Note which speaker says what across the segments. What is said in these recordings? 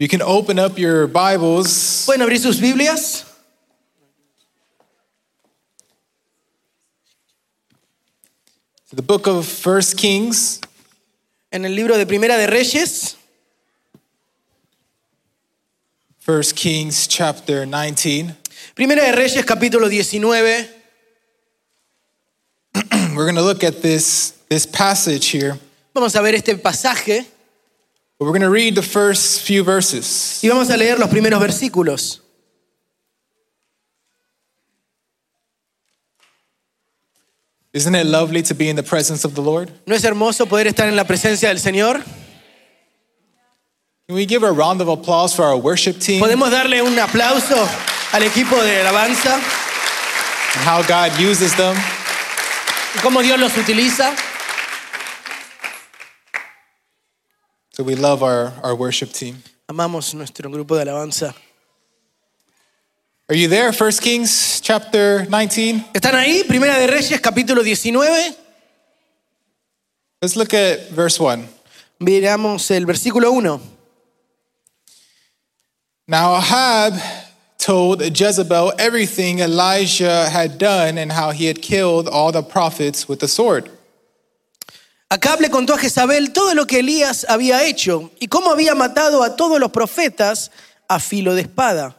Speaker 1: You can open up your Bibles
Speaker 2: Pueden abrir sus Biblias
Speaker 1: to the book of First Kings,
Speaker 2: en el libro de Primera de Reyes,
Speaker 1: First Kings chapter 19.
Speaker 2: Primera de Reyes capítulo 19.
Speaker 1: We're going to look at this this passage here.
Speaker 2: Vamos a ver este pasaje
Speaker 1: But we're going to read the first few verses.
Speaker 2: y vamos a leer los primeros versículos.
Speaker 1: Isn't it lovely to be in the presence of the Lord?
Speaker 2: ¿No es hermoso poder estar en la presencia del Señor?
Speaker 1: Can we give a round of applause for our worship team and
Speaker 2: ¿Podemos darle un aplauso al equipo de alabanza?
Speaker 1: how God uses them?
Speaker 2: ¿Cómo Dios los utiliza?
Speaker 1: So we love our, our worship team.
Speaker 2: Amamos nuestro grupo de alabanza.
Speaker 1: Are you there? First Kings chapter 19.
Speaker 2: ¿Están ahí? Primera de Reyes capítulo 19.
Speaker 1: Let's look at verse 1.
Speaker 2: Miramos el versículo 1.
Speaker 1: Now Ahab told Jezebel everything Elijah had done and how he had killed all the prophets with the sword.
Speaker 2: Acab le contó a Jezabel todo lo que Elías había hecho y cómo había matado a todos los profetas a filo de espada.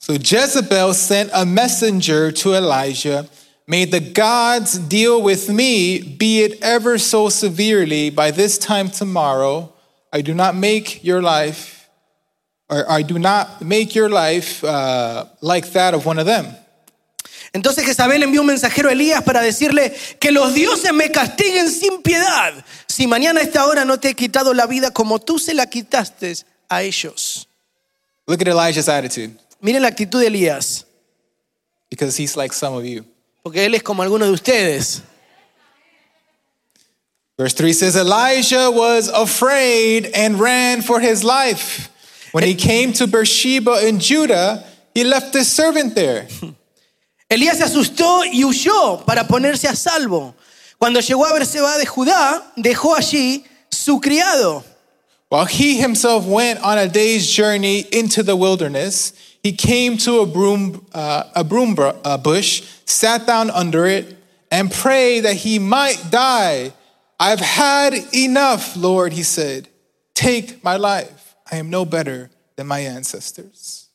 Speaker 1: So Jezebel sent a messenger to Elijah May the gods deal with me, be it ever so severely, by this time tomorrow. I do not make your life, or I do not make your life uh, like that of one of them.
Speaker 2: Entonces Jezabel envió un mensajero a Elías para decirle que los dioses me castiguen sin piedad si mañana a esta hora no te he quitado la vida como tú se la quitaste a ellos.
Speaker 1: Look at Elijah's attitude,
Speaker 2: Miren la actitud de Elías,
Speaker 1: because he's like some of you.
Speaker 2: porque él es como algunos de ustedes.
Speaker 1: Verse 3 says Elijah was afraid and ran for his life. When he came to Beersheba in Judah, he left his servant there.
Speaker 2: Elías se asustó y huyó para ponerse a salvo. Cuando llegó a Berseba de Judá, dejó allí su criado.
Speaker 1: While he himself went on a day's journey into the wilderness, he came to a broom, uh, a broom br- uh, bush, sat down under it, and prayed that he might die. I've had enough, Lord, he said. Take my life. I am no better than my ancestors.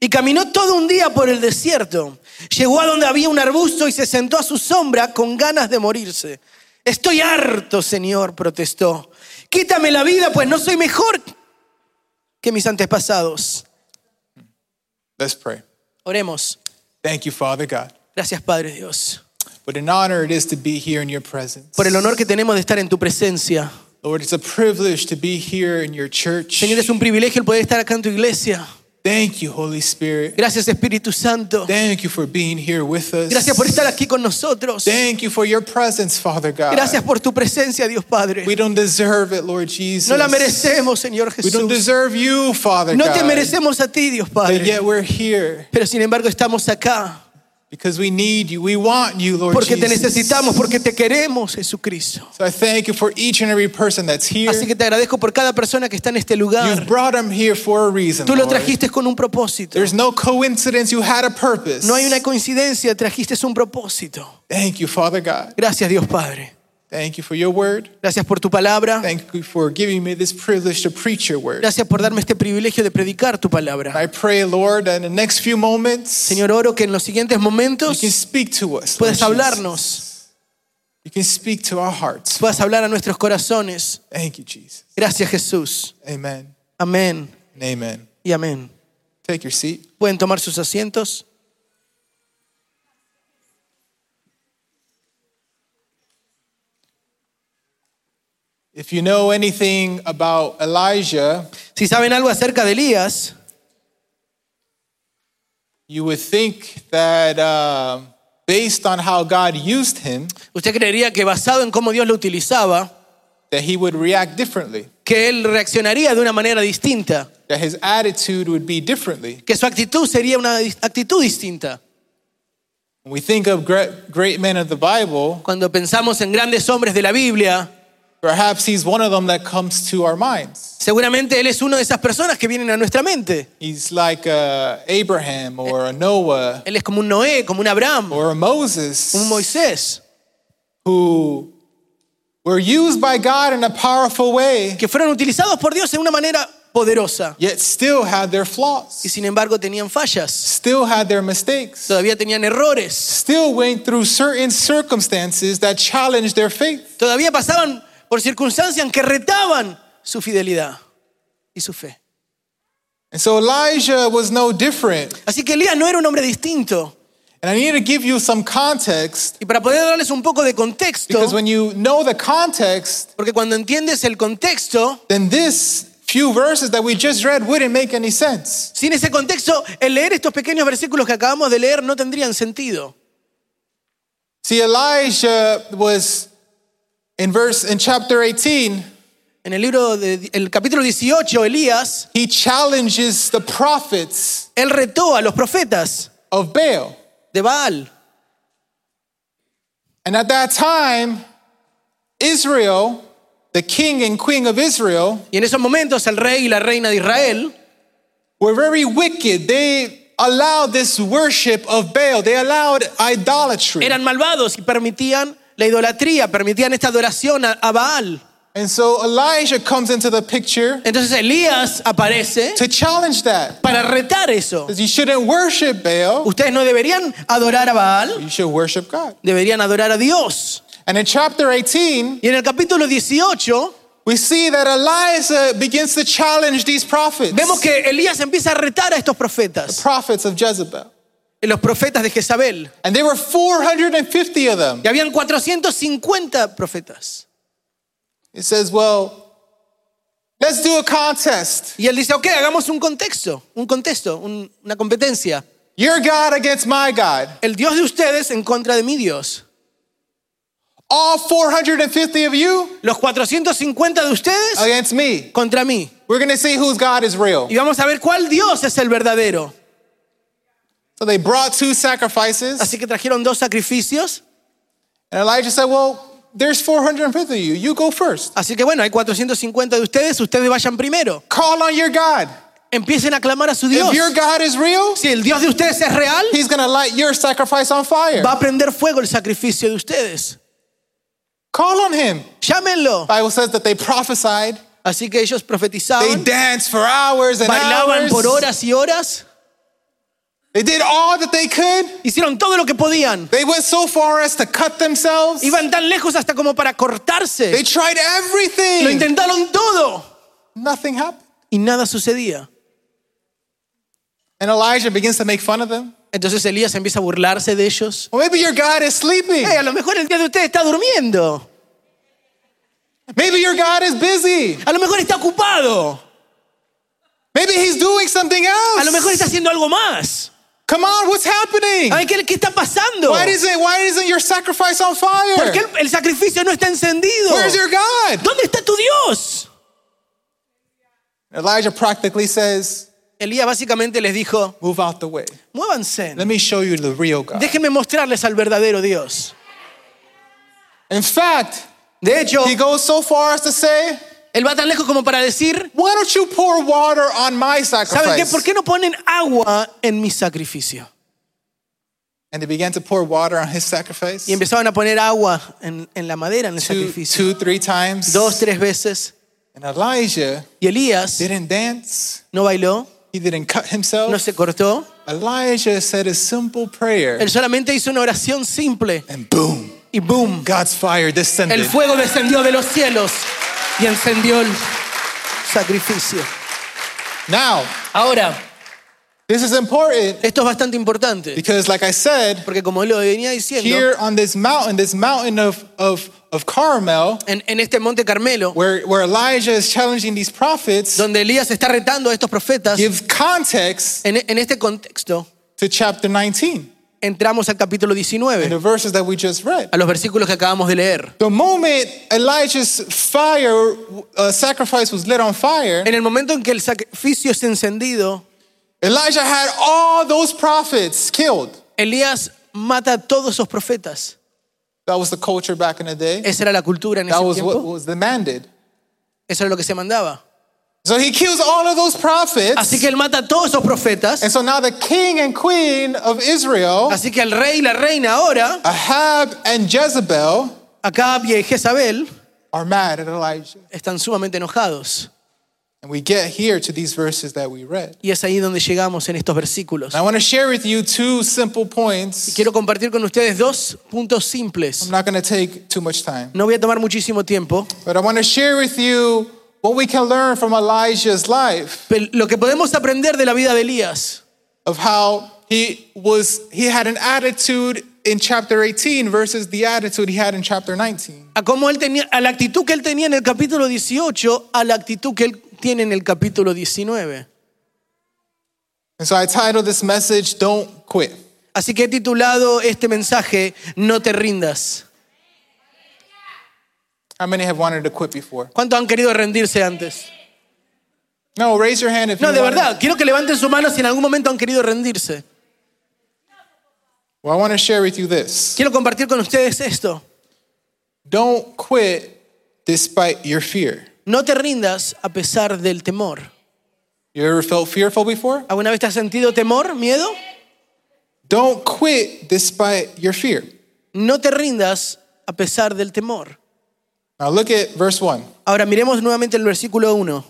Speaker 2: Y caminó todo un día por el desierto. Llegó a donde había un arbusto y se sentó a su sombra con ganas de morirse. Estoy harto, Señor, protestó. Quítame la vida, pues no soy mejor que mis antepasados.
Speaker 1: Let's pray.
Speaker 2: Oremos.
Speaker 1: Thank you, Father God.
Speaker 2: Gracias, Padre Dios,
Speaker 1: What an honor it is to be here in your presence.
Speaker 2: por el honor que tenemos de estar en tu presencia.
Speaker 1: Lord, it's a privilege to be here in your church.
Speaker 2: Señor, es un privilegio el poder estar acá en tu iglesia.
Speaker 1: Thank you, Holy Spirit.
Speaker 2: Gracias, Espíritu Santo.
Speaker 1: Thank you for being here with us.
Speaker 2: Gracias por estar aquí con nosotros.
Speaker 1: Thank you for your presence, Father God.
Speaker 2: Gracias por tu presencia, Dios
Speaker 1: We
Speaker 2: Padre.
Speaker 1: don't deserve it, Lord Jesus.
Speaker 2: No la merecemos, Señor
Speaker 1: We don't
Speaker 2: Jesús.
Speaker 1: deserve you, Father
Speaker 2: No
Speaker 1: God.
Speaker 2: te merecemos a ti, Dios
Speaker 1: But
Speaker 2: Padre.
Speaker 1: yet we're here
Speaker 2: Pero sin embargo estamos acá
Speaker 1: because we need you. We want you, Lord
Speaker 2: porque te
Speaker 1: Oh, Jesus.
Speaker 2: necesitamos, porque te queremos, Jesucristo.
Speaker 1: So I thank you for each and every person that's here.
Speaker 2: Así que te agradezco por cada persona que está en este
Speaker 1: You've
Speaker 2: lugar.
Speaker 1: brought them here for a reason.
Speaker 2: Tú lo
Speaker 1: Lord.
Speaker 2: trajiste con un propósito.
Speaker 1: There's no coincidence. You had a purpose.
Speaker 2: No hay una coincidencia, trajiste un propósito.
Speaker 1: Thank you, Father God.
Speaker 2: Gracias Dios Padre.
Speaker 1: Thank you for your word.
Speaker 2: Gracias por tu palabra.
Speaker 1: Thank you for giving me this privilege to preach your word.
Speaker 2: Gracias por darme este privilegio de predicar tu palabra.
Speaker 1: I pray, Lord, that in the next few moments, you
Speaker 2: Señor, oro que en los siguientes momentos
Speaker 1: can speak to us. Lord
Speaker 2: puedas
Speaker 1: Jesus.
Speaker 2: hablarnos,
Speaker 1: You can speak to our hearts.
Speaker 2: puedas hablar a nuestros corazones.
Speaker 1: Thank you, Jesus.
Speaker 2: Gracias Jesús.
Speaker 1: Amen
Speaker 2: Amén
Speaker 1: and amen.
Speaker 2: y amén.
Speaker 1: Take your seat.
Speaker 2: Pueden tomar sus asientos.
Speaker 1: If you know anything about Elijah,
Speaker 2: Si saben algo acerca de Elías,
Speaker 1: you would think that um based on how God used him,
Speaker 2: Usted creería que basado en cómo Dios lo utilizaba,
Speaker 1: that he would react differently,
Speaker 2: que él reaccionaría de una manera distinta,
Speaker 1: that his attitude would be differently.
Speaker 2: que su actitud sería una dis- actitud distinta.
Speaker 1: When we think of great, great men of the Bible,
Speaker 2: Cuando pensamos en grandes hombres de la Biblia,
Speaker 1: Perhaps he's one of them that comes to our minds.
Speaker 2: Seguramente él es una de esas personas que vienen a nuestra mente.
Speaker 1: He's like uh, Abraham or a Noah
Speaker 2: Él es como un Noé, como un Abraham,
Speaker 1: or a
Speaker 2: un
Speaker 1: Moses
Speaker 2: Moisés,
Speaker 1: who were used by God in a powerful way,
Speaker 2: que fueron utilizados por Dios en una manera poderosa
Speaker 1: yet still had their
Speaker 2: y
Speaker 1: flaws,
Speaker 2: sin embargo tenían fallas,
Speaker 1: still had their mistakes,
Speaker 2: todavía tenían errores,
Speaker 1: still went through certain circumstances that challenged their faith.
Speaker 2: todavía pasaban por circunstancias que retaban su fidelidad y su fe.
Speaker 1: And so Elijah was no different.
Speaker 2: Así que Elías no era un hombre distinto.
Speaker 1: And I need to give you some context
Speaker 2: Y para poder darles un poco de contexto,
Speaker 1: because when you know the context,
Speaker 2: porque cuando entiendes el contexto,
Speaker 1: then this few verses that we just read wouldn't make any sense.
Speaker 2: Sin ese contexto, el leer estos pequeños versículos que acabamos de leer no tendrían sentido.
Speaker 1: See, Elijah was in verse in chapter 18,
Speaker 2: En el libro del capítulo 18, Elías,
Speaker 1: he challenges the prophets
Speaker 2: él retó a los profetas
Speaker 1: of Baal.
Speaker 2: de Baal.
Speaker 1: And at that time, Israel, the king and queen of Israel,
Speaker 2: Y en esos momentos el rey y la reina de Israel
Speaker 1: were very wicked. They allowed this worship of Baal. They allowed idolatry.
Speaker 2: eran malvados y permitían la idolatría, permitían esta adoración a, a Baal.
Speaker 1: And so Elijah comes into the picture
Speaker 2: Entonces Elías aparece
Speaker 1: to challenge that.
Speaker 2: para retar eso.
Speaker 1: Because you shouldn't worship Baal,
Speaker 2: Ustedes no deberían adorar a Baal,
Speaker 1: you should worship God.
Speaker 2: deberían adorar a Dios.
Speaker 1: And in chapter 18,
Speaker 2: Y en el capítulo 18
Speaker 1: we see that Elijah begins to challenge these prophets.
Speaker 2: vemos que Elías empieza a retar a estos profetas.
Speaker 1: prophets of Jezebel.
Speaker 2: los profetas de Jezabel.
Speaker 1: And there were 450 of them.
Speaker 2: Y habían 450 profetas.
Speaker 1: It says, well, let's do a contest.
Speaker 2: Y él dice, ok, hagamos un contexto, un contexto, un- una competencia.
Speaker 1: Your God against my God.
Speaker 2: El Dios de ustedes en contra de mi Dios.
Speaker 1: All 450 of you
Speaker 2: Los 450 de ustedes
Speaker 1: against me.
Speaker 2: contra mí.
Speaker 1: We're going to see whose God is real.
Speaker 2: Y vamos a ver cuál Dios es el verdadero.
Speaker 1: So they brought two sacrifices.
Speaker 2: Así que trajeron dos sacrificios.
Speaker 1: And Elijah said, well, there's 450 of you. You go first.
Speaker 2: Así que bueno, hay 450 de ustedes, ustedes vayan primero.
Speaker 1: Call on your God.
Speaker 2: Empiecen a clamar a su Dios.
Speaker 1: If your God is real,
Speaker 2: Si el Dios de ustedes es real,
Speaker 1: he's going to light your sacrifice on fire.
Speaker 2: va a prender fuego el sacrificio de ustedes.
Speaker 1: Call on him.
Speaker 2: Llámenlo.
Speaker 1: Bible says that they prophesied.
Speaker 2: Así que ellos
Speaker 1: They
Speaker 2: profetizaban.
Speaker 1: danced for hours and
Speaker 2: bailaban
Speaker 1: hours.
Speaker 2: por horas y horas,
Speaker 1: They did all that they could.
Speaker 2: hicieron todo lo que podían.
Speaker 1: They went so far as to cut themselves.
Speaker 2: Iban tan lejos hasta como para
Speaker 1: They
Speaker 2: cortarse.
Speaker 1: tried
Speaker 2: Lo
Speaker 1: everything.
Speaker 2: intentaron todo
Speaker 1: Nothing happened.
Speaker 2: y nada sucedía.
Speaker 1: And Elijah begins to make fun of them.
Speaker 2: Entonces Elías empieza a burlarse de ellos.
Speaker 1: Well, maybe your God is sleeping.
Speaker 2: "Hey, Eh, a lo mejor el día de ustedes está durmiendo.
Speaker 1: Maybe your God is busy.
Speaker 2: A lo mejor está ocupado.
Speaker 1: Maybe he's doing something
Speaker 2: A lo mejor
Speaker 1: else.
Speaker 2: está haciendo algo más.
Speaker 1: Come on, what's happening?
Speaker 2: Ay, ¿qué, qué está pasando?
Speaker 1: Why isn't why isn't your sacrifice on
Speaker 2: ¿Por qué
Speaker 1: fire?
Speaker 2: el, el sacrificio no está encendido?
Speaker 1: Where's your God?
Speaker 2: ¿Dónde está tu Dios?
Speaker 1: Elijah practically says,
Speaker 2: Elías básicamente les dijo,
Speaker 1: Move out the way.
Speaker 2: muévanse.
Speaker 1: Let me show you the real God.
Speaker 2: Déjenme mostrarles al verdadero Dios.
Speaker 1: In fact,
Speaker 2: De hecho,
Speaker 1: he goes so far as to say,
Speaker 2: él va tan lejos como para decir,
Speaker 1: Why don't you pour water on my
Speaker 2: ¿Saben qué? ¿Por
Speaker 1: sacrifice?
Speaker 2: qué no ponen agua en mi sacrificio?
Speaker 1: And they began to pour water on his sacrifice.
Speaker 2: Y empezaban a poner agua en, en la madera, en el
Speaker 1: two,
Speaker 2: sacrificio.
Speaker 1: two, three times.
Speaker 2: Dos, tres veces.
Speaker 1: And Elijah
Speaker 2: Y Elías
Speaker 1: didn't dance.
Speaker 2: no bailó,
Speaker 1: He didn't cut himself.
Speaker 2: no se cortó.
Speaker 1: Elijah said a simple prayer,
Speaker 2: Él solamente hizo una oración simple.
Speaker 1: and boom,
Speaker 2: Y boom,
Speaker 1: God's fire descended.
Speaker 2: el fuego descendió de los cielos y encendió el sacrificio.
Speaker 1: Now,
Speaker 2: Ahora,
Speaker 1: this is important
Speaker 2: esto es bastante importante.
Speaker 1: because, like I said,
Speaker 2: Porque como lo venía diciendo,
Speaker 1: here on this mountain, this mountain of, of, of Carmel,
Speaker 2: en, en este Monte Carmelo,
Speaker 1: where, where Elijah is challenging these prophets,
Speaker 2: donde Elías está retando a estos profetas, en,
Speaker 1: gives context
Speaker 2: en este contexto,
Speaker 1: to chapter 19
Speaker 2: entramos al capítulo 19.
Speaker 1: and the verses that we just read.
Speaker 2: a los versículos que acabamos de leer.
Speaker 1: The moment Elijah's fire uh, sacrifice was lit on fire,
Speaker 2: En el momento en que el sacrificio es encendido,
Speaker 1: Elijah had all those prophets killed.
Speaker 2: Elías mata a todos esos profetas.
Speaker 1: That was the culture back in the day.
Speaker 2: Esa era la cultura en
Speaker 1: That
Speaker 2: ese
Speaker 1: was what
Speaker 2: tiempo.
Speaker 1: was demanded.
Speaker 2: Eso era lo que se mandaba.
Speaker 1: So he kills all of those prophets.
Speaker 2: Así que él mata a todos esos profetas.
Speaker 1: and so now the king and queen of Israel,
Speaker 2: Así que el rey y la reina ahora,
Speaker 1: Ahab and Jezebel,
Speaker 2: Acab y Jezabel,
Speaker 1: are mad at Elijah.
Speaker 2: están sumamente enojados.
Speaker 1: And we get here to these verses that we read.
Speaker 2: Y es ahí donde llegamos en estos versículos.
Speaker 1: And I want to share with you two simple points.
Speaker 2: Quiero compartir con ustedes dos puntos
Speaker 1: I'm
Speaker 2: simples.
Speaker 1: not going to take too much time,
Speaker 2: No voy a tomar muchísimo tiempo.
Speaker 1: but I want to share with you what we can learn from Elijah's life
Speaker 2: Pero lo que podemos aprender de la vida de Elías,
Speaker 1: of how he was he had an attitude in chapter 18 versus the attitude he had in chapter 19.
Speaker 2: a cómo él tenía, a la actitud que él tenía en el capítulo 18, a la actitud que él tiene en el capítulo 19.
Speaker 1: And so I titled this message Don't Quit.
Speaker 2: Así que he titulado este mensaje No te rindas.
Speaker 1: How many have wanted to quit before?
Speaker 2: ¿Cuántos han querido rendirse antes?
Speaker 1: No, raise your hand if
Speaker 2: No,
Speaker 1: you
Speaker 2: de
Speaker 1: wanted-
Speaker 2: verdad, quiero que levanten su mano si en algún momento han querido rendirse.
Speaker 1: Well, I want to share with you this.
Speaker 2: Quiero compartir con ustedes esto.
Speaker 1: Don't quit despite your fear.
Speaker 2: No te rindas a pesar del temor.
Speaker 1: You ever felt fearful before?
Speaker 2: ¿Alguna vez te has sentido temor, miedo?
Speaker 1: Don't quit despite your fear.
Speaker 2: No te rindas a pesar del temor.
Speaker 1: Now look at verse 1.
Speaker 2: Ahora miremos nuevamente el versículo 1.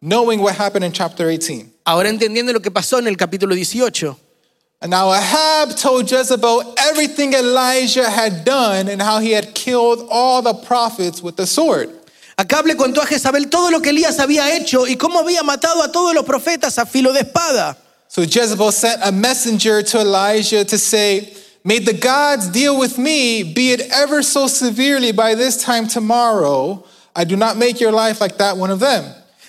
Speaker 1: Knowing what happened in chapter 18.
Speaker 2: Ahora entendiendo lo que pasó en el capítulo 18.
Speaker 1: And now Ahab told Jezebel everything Elijah had done and how he had killed all the prophets with the sword.
Speaker 2: Acab le contó a Jezabel todo lo que Elías había hecho y cómo había matado a todos los profetas a filo de espada.
Speaker 1: So Jezebel sent a messenger to Elijah to say, May the gods deal with me, be it ever so severely by this time tomorrow. I do not make your life like that one of them.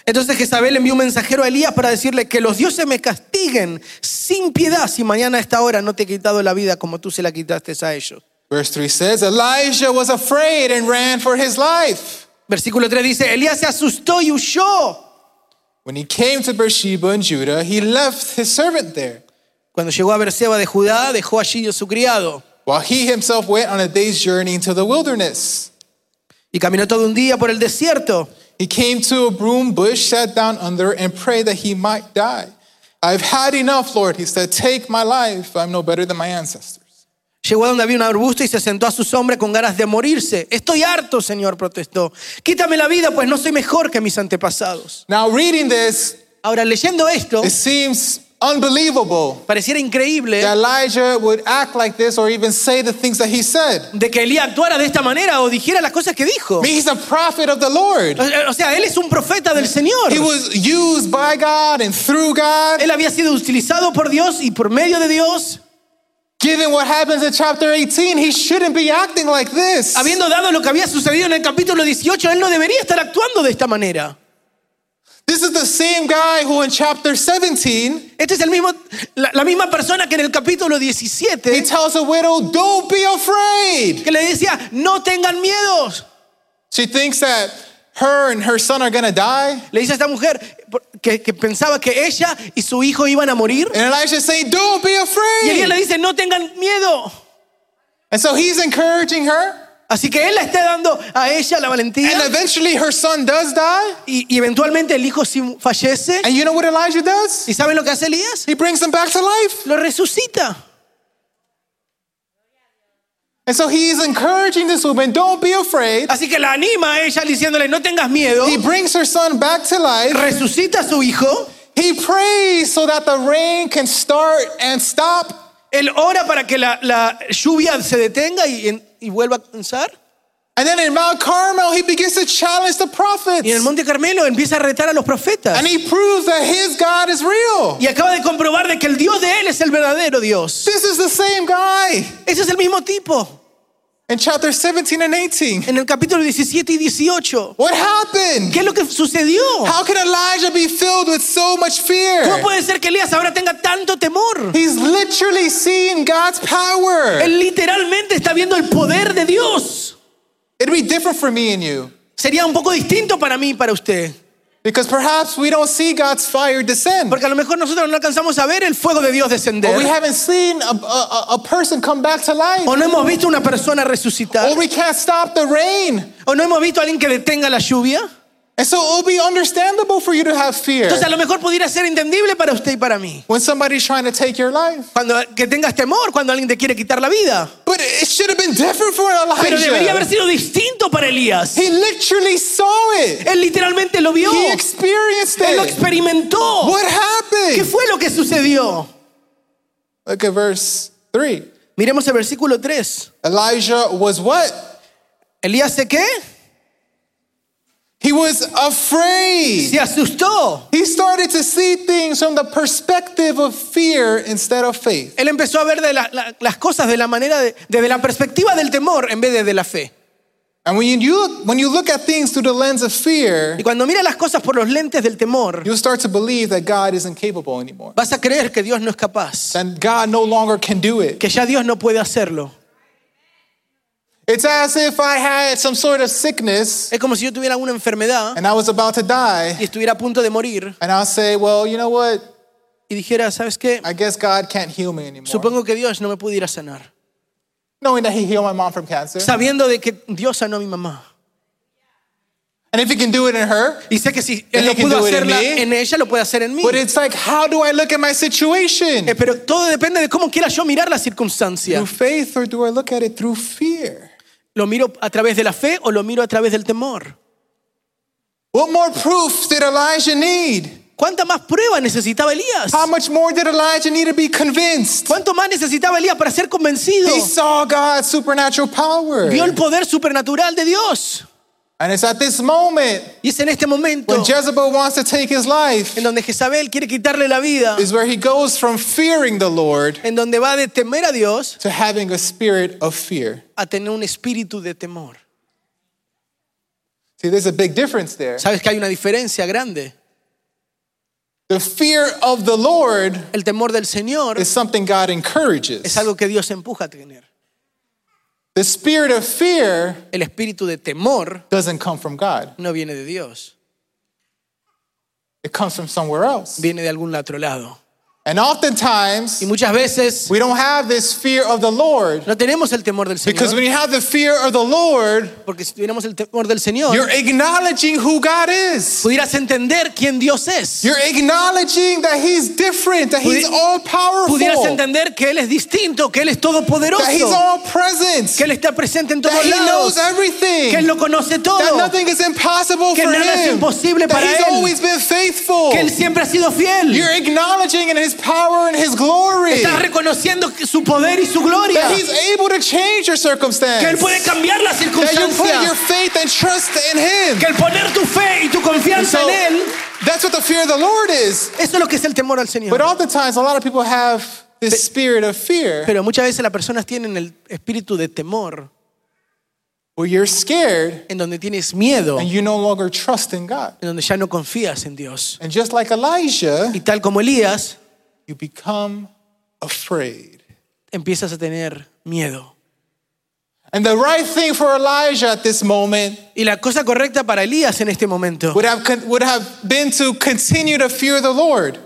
Speaker 2: Entonces Jezabel envió un mensajero a Elías para decirle que los dioses me castiguen sin piedad si mañana a esta hora no te he quitado la vida como tú se la quitaste a ellos.
Speaker 1: Verse 3 says, Elijah was afraid and ran for his life.
Speaker 2: Versículo 3 dice, Elías se asustó y huyó.
Speaker 1: When he came to Beersheba in Judah, he left his servant there,
Speaker 2: Cuando llegó a Berseba de Judá, dejó allí a su criado
Speaker 1: while he himself went on a day's journey into the wilderness.
Speaker 2: y caminó todo un día por el desierto.
Speaker 1: He came to a broom bush, sat down under it, and prayed that he might die. I've had enough, Lord, he said. Take my life. I'm no better than my ancestors.
Speaker 2: Llegó a donde había un arbusto y se sentó a su sombra con ganas de morirse. Estoy harto, Señor, protestó. Quítame la vida, pues no soy mejor que mis antepasados.
Speaker 1: Now, reading this,
Speaker 2: Ahora, leyendo esto,
Speaker 1: it seems unbelievable
Speaker 2: pareciera increíble
Speaker 1: that Elijah would act like this or even say the things that he said.
Speaker 2: de que Elías actuara de esta manera o dijera las cosas que dijo.
Speaker 1: I mean, he's a prophet of the Lord.
Speaker 2: O- O sea, él es un profeta del Señor.
Speaker 1: He was used by God and through God.
Speaker 2: Él había sido utilizado por Dios y por medio de Dios.
Speaker 1: Given what happens in chapter 18, he shouldn't be acting like this.
Speaker 2: Habiendo dado lo que había sucedido en el capítulo 18, él no debería estar actuando de esta manera.
Speaker 1: This is the same guy who in chapter 17,
Speaker 2: Este es el mismo, la, la misma persona que en el capítulo
Speaker 1: he
Speaker 2: 17
Speaker 1: tells a widow, Don't be afraid.
Speaker 2: que le decía, no tengan miedos.
Speaker 1: She thinks that her and her son are gonna die.
Speaker 2: Le dice a esta mujer por- que, que pensaba que ella y su hijo iban a morir.
Speaker 1: And Elijah's saying, Don't be
Speaker 2: Y Elías le
Speaker 1: afraid.
Speaker 2: dice, no tengan miedo.
Speaker 1: And so he's encouraging her.
Speaker 2: Así que él le está dando a ella la
Speaker 1: And
Speaker 2: valentía.
Speaker 1: eventually her son does die.
Speaker 2: Y, y eventualmente el hijo sí fallece.
Speaker 1: And you know what Elijah does?
Speaker 2: ¿Y saben lo que hace Elías?
Speaker 1: He brings them back to life.
Speaker 2: Lo resucita.
Speaker 1: And so he's encouraging this woman, Don't be afraid.
Speaker 2: Así que la anima a ella diciéndole, no tengas miedo.
Speaker 1: He brings her son back to life.
Speaker 2: Resucita a su hijo.
Speaker 1: He prays so that the rain can start and stop.
Speaker 2: Él ora para que la, la lluvia se detenga y, en- y vuelva a comenzar.
Speaker 1: And then in Mount Carmel, he begins to challenge the prophets.
Speaker 2: Y en el Monte Carmelo empieza a retar a los profetas.
Speaker 1: And he proves that his God is real.
Speaker 2: Y acaba de comprobar de que el Dios de él es el verdadero Dios.
Speaker 1: This is the same guy
Speaker 2: Ese es el mismo tipo.
Speaker 1: in chapter 17 and 18.
Speaker 2: En el capítulo 17 y 18.
Speaker 1: What happened?
Speaker 2: ¿Qué es lo que sucedió?
Speaker 1: How can Elijah be filled with so much
Speaker 2: ¿Cómo
Speaker 1: fear?
Speaker 2: puede ser que Elías ahora tenga tanto temor?
Speaker 1: He's literally seeing God's power.
Speaker 2: Él literalmente está viendo el poder de Dios.
Speaker 1: It'd be different for me and you
Speaker 2: Sería un poco distinto para mí y para usted.
Speaker 1: because perhaps we don't see God's fire descend.
Speaker 2: Porque a lo mejor nosotros no alcanzamos a ver el fuego de Dios
Speaker 1: Or we
Speaker 2: descender.
Speaker 1: haven't seen a, a, a- a person come back to life.
Speaker 2: O no hemos visto una persona resucitar.
Speaker 1: Or we can't stop the rain.
Speaker 2: O no hemos visto a alguien que detenga la lluvia.
Speaker 1: And so it'll be understandable for you to have fear
Speaker 2: Entonces a lo mejor pudiera ser entendible para usted y para mí.
Speaker 1: when somebody's trying to take your life.
Speaker 2: Cuando, que tengas temor cuando alguien te quiere quitar la vida.
Speaker 1: But it should have been different for
Speaker 2: Pero debería haber
Speaker 1: Elijah.
Speaker 2: sido distinto para Elías.
Speaker 1: He literally saw it.
Speaker 2: Él literalmente lo vio.
Speaker 1: He
Speaker 2: Él
Speaker 1: experienced
Speaker 2: lo
Speaker 1: it.
Speaker 2: experimentó.
Speaker 1: What
Speaker 2: ¿Qué
Speaker 1: happened?
Speaker 2: fue lo que sucedió?
Speaker 1: Look at verse 3.
Speaker 2: Miremos el versículo 3.
Speaker 1: Elijah was what?
Speaker 2: Elías se qué?
Speaker 1: He was afraid.
Speaker 2: Se asustó.
Speaker 1: He started to see things from the perspective of fear instead of faith.
Speaker 2: Él empezó a ver de la- la- las cosas de la manera de- desde la perspectiva del temor en vez de de la fe.
Speaker 1: And when you look, when you look at things through the lens of fear,
Speaker 2: Y cuando mira las cosas por los lentes del temor,
Speaker 1: you'll start to believe that God isn't capable anymore.
Speaker 2: vas a creer que Dios no es capaz,
Speaker 1: That God no longer can do it.
Speaker 2: que ya Dios no puede hacerlo.
Speaker 1: It's as if I had some sort of sickness
Speaker 2: Es como si yo tuviera una enfermedad
Speaker 1: and I was about to die,
Speaker 2: y estuviera a punto de morir
Speaker 1: and I'll say, well, you know what?
Speaker 2: y dijera, ¿sabes qué?
Speaker 1: I guess God can't heal me anymore.
Speaker 2: Supongo que Dios no me pudiera sanar.
Speaker 1: Knowing that He healed my mom from cancer.
Speaker 2: Sabiendo de que Dios sanó a mi mamá.
Speaker 1: And if He can do it in her,
Speaker 2: Y sé que si
Speaker 1: And
Speaker 2: Él lo
Speaker 1: he can
Speaker 2: pudo
Speaker 1: do it in
Speaker 2: hacerla
Speaker 1: me.
Speaker 2: en ella, lo puede hacer en mí.
Speaker 1: but it's like, how do I look at my situation?
Speaker 2: Eh, Pero todo depende de cómo quiera yo mirar la circunstancia.
Speaker 1: Through faith, or do I look at it through fear?
Speaker 2: ¿Lo miro a través de la fe o lo miro a través del temor?
Speaker 1: What more proof did Elijah need?
Speaker 2: ¿Cuánta más prueba necesitaba Elías?
Speaker 1: How much more did Elijah need to be convinced?
Speaker 2: ¿Cuánto más necesitaba Elías para ser convencido?
Speaker 1: He saw God's supernatural power.
Speaker 2: Vio el poder supernatural de Dios.
Speaker 1: And it's at this moment
Speaker 2: Y es en este momento
Speaker 1: when Jezebel wants to take his life,
Speaker 2: en donde Jezabel quiere quitarle la vida,
Speaker 1: is where he goes from fearing the Lord
Speaker 2: en donde va de temer a Dios
Speaker 1: to having a spirit of fear.
Speaker 2: a tener un espíritu de temor.
Speaker 1: See, there's a big difference there.
Speaker 2: Sabes que hay una diferencia grande.
Speaker 1: The fear of the Lord
Speaker 2: El temor del Señor
Speaker 1: is something God
Speaker 2: es
Speaker 1: encourages.
Speaker 2: algo que Dios empuja a tener.
Speaker 1: The spirit of fear
Speaker 2: El espíritu de temor
Speaker 1: doesn't come from God.
Speaker 2: no viene de Dios,
Speaker 1: It comes from somewhere else.
Speaker 2: viene de algún otro lado.
Speaker 1: And oftentimes,
Speaker 2: Y muchas veces
Speaker 1: we don't have this fear of the Lord
Speaker 2: no tenemos el temor del
Speaker 1: because
Speaker 2: Señor,
Speaker 1: when you have the fear of the Lord,
Speaker 2: porque si tuviéramos el temor del Señor,
Speaker 1: you're acknowledging who God is.
Speaker 2: pudieras entender quién Dios es.
Speaker 1: You're acknowledging that He's different, that He's
Speaker 2: Pudi-
Speaker 1: all powerful,
Speaker 2: Pudieras
Speaker 1: that
Speaker 2: entender que Él es distinto, que Él es
Speaker 1: He's
Speaker 2: todopoderoso,
Speaker 1: all present,
Speaker 2: que Él está presente en
Speaker 1: that
Speaker 2: todos
Speaker 1: He knows
Speaker 2: lados, que Él
Speaker 1: everything,
Speaker 2: lo conoce
Speaker 1: that
Speaker 2: todo,
Speaker 1: nothing is impossible
Speaker 2: que
Speaker 1: for
Speaker 2: nada es
Speaker 1: Him,
Speaker 2: imposible
Speaker 1: that
Speaker 2: para
Speaker 1: He's
Speaker 2: él.
Speaker 1: always been faithful.
Speaker 2: que Él siempre ha sido fiel.
Speaker 1: You're acknowledging in His power and His glory
Speaker 2: Estás reconociendo que su poder y su gloria,
Speaker 1: that He's able to change your
Speaker 2: que Él
Speaker 1: circumstance,
Speaker 2: puede cambiar las
Speaker 1: that you put your
Speaker 2: circunstancias,
Speaker 1: faith and trust in Him.
Speaker 2: que el poner tu fe y tu confianza
Speaker 1: So,
Speaker 2: en Él,
Speaker 1: that's what the fear of the Lord is.
Speaker 2: eso es lo que es el temor al Señor.
Speaker 1: But oftentimes, a lot of people have this spirit of fear
Speaker 2: Pero muchas veces las personas tienen el espíritu de temor,
Speaker 1: where you're scared
Speaker 2: en donde tienes miedo,
Speaker 1: and
Speaker 2: en
Speaker 1: you no longer trust in God.
Speaker 2: donde ya no confías en Dios.
Speaker 1: And just like Elijah,
Speaker 2: Y tal como Elías,
Speaker 1: you become afraid.
Speaker 2: empiezas a tener miedo.
Speaker 1: And the right thing for Elijah at this moment
Speaker 2: Y la cosa correcta para Elías en este momento
Speaker 1: would have, would have been to continue to fear the Lord.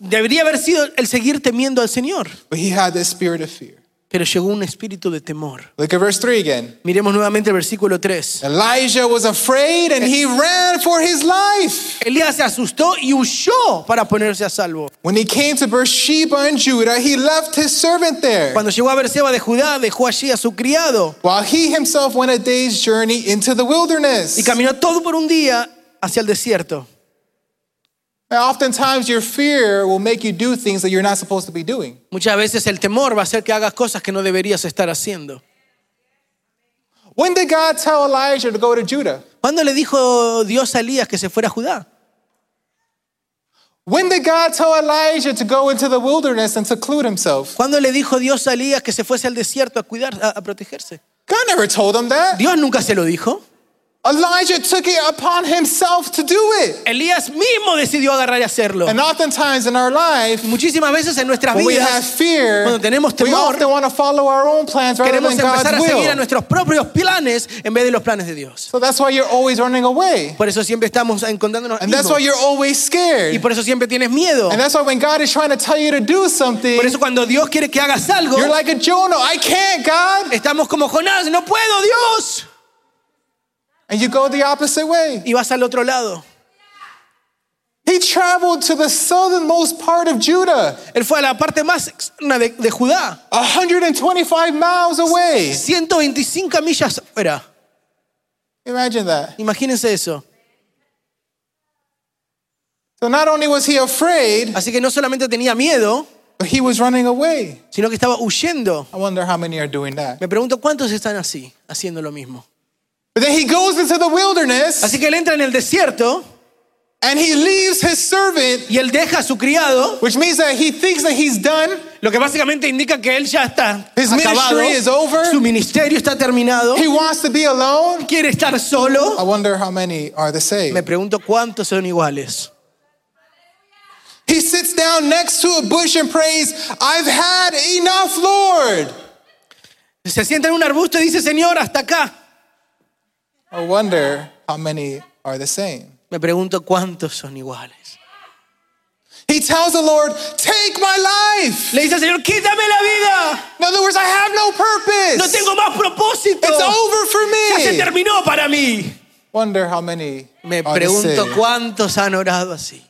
Speaker 2: debería haber sido el seguir temiendo al Señor,
Speaker 1: But he had this spirit of fear.
Speaker 2: pero llegó un espíritu de temor.
Speaker 1: Look at verse 3 again.
Speaker 2: Miremos nuevamente el versículo 3.
Speaker 1: Elijah was afraid and he ran for his life.
Speaker 2: Elías se asustó y huyó para ponerse a salvo.
Speaker 1: When he came to Beersheba in Judah, he left his servant there.
Speaker 2: Cuando llegó a Berseba de Judá, dejó allí a su criado
Speaker 1: While he himself went a day's journey into the wilderness.
Speaker 2: y caminó todo por un día hacia el desierto.
Speaker 1: Now, oftentimes, your fear will make you do things that you're not supposed to be doing.
Speaker 2: Muchas veces el temor va a hacer que hagas cosas que no deberías estar haciendo.
Speaker 1: When did God tell Elijah to go to Judah?
Speaker 2: ¿Cuándo le dijo Dios a Elías que se fuera a Judá?
Speaker 1: When did God tell Elijah to go into the wilderness and seclude himself?
Speaker 2: ¿Cuándo le dijo Dios a Elías que se fuese al desierto a cuidar, a, a protegerse?
Speaker 1: God never told him that.
Speaker 2: Dios nunca se lo dijo.
Speaker 1: Elijah took it upon himself to do it.
Speaker 2: Elías mismo decidió agarrar y hacerlo.
Speaker 1: And oftentimes in our life,
Speaker 2: Muchísimas veces en nuestras
Speaker 1: when we have
Speaker 2: vidas
Speaker 1: fear,
Speaker 2: cuando tenemos
Speaker 1: we
Speaker 2: temor,
Speaker 1: often want to follow our own plans rather
Speaker 2: queremos
Speaker 1: than
Speaker 2: empezar a
Speaker 1: God's
Speaker 2: seguir a
Speaker 1: will.
Speaker 2: nuestros propios planes en vez de los planes de Dios.
Speaker 1: So that's why you're always running away.
Speaker 2: Por eso siempre estamos encontrándonos
Speaker 1: And that's
Speaker 2: mismos.
Speaker 1: why you're always scared.
Speaker 2: y por eso siempre tienes miedo.
Speaker 1: And that's why when God is trying to tell you to do something,
Speaker 2: Por eso cuando Dios quiere que hagas algo,
Speaker 1: you're like a Jonah. I can't, God.
Speaker 2: estamos como Jonás, no puedo, Dios.
Speaker 1: and you go the opposite way.
Speaker 2: y vas al otro lado.
Speaker 1: He traveled to the southernmost part of Judah,
Speaker 2: Él fue a la parte más externa de, de Judá,
Speaker 1: 125 miles away.
Speaker 2: 125 millas afuera.
Speaker 1: Imagine that.
Speaker 2: Imagínense eso.
Speaker 1: So not only was he afraid,
Speaker 2: Así que no solamente tenía miedo,
Speaker 1: but he was running away.
Speaker 2: sino que estaba huyendo.
Speaker 1: I wonder how many are doing that.
Speaker 2: Me pregunto cuántos están así, haciendo lo mismo.
Speaker 1: But then he goes into the wilderness
Speaker 2: Así que él entra en el desierto
Speaker 1: and he leaves his servant,
Speaker 2: y él deja a su criado,
Speaker 1: which means that he thinks that he's done.
Speaker 2: lo que básicamente indica que él ya está
Speaker 1: His
Speaker 2: acabado.
Speaker 1: ministry is over.
Speaker 2: Su ministerio está terminado.
Speaker 1: He Oh. wants to be alone.
Speaker 2: Quiere estar
Speaker 1: I
Speaker 2: solo.
Speaker 1: wonder how many are the
Speaker 2: Me
Speaker 1: same.
Speaker 2: pregunto cuántos son iguales.
Speaker 1: He sits down next to a bush and prays, I've had enough, Lord.
Speaker 2: Se sienta en un arbusto y dice, Señor, hasta acá.
Speaker 1: I wonder how many are the same.
Speaker 2: Me pregunto cuántos son iguales.
Speaker 1: He tells the Lord, Take my life.
Speaker 2: Le dice al Señor, quítame la vida.
Speaker 1: In other words, I have no
Speaker 2: No
Speaker 1: purpose.
Speaker 2: tengo más propósito.
Speaker 1: It's over
Speaker 2: Ya se
Speaker 1: for me.
Speaker 2: terminó para mí.
Speaker 1: Wonder how many
Speaker 2: Me
Speaker 1: are the
Speaker 2: pregunto
Speaker 1: same.
Speaker 2: cuántos han orado así.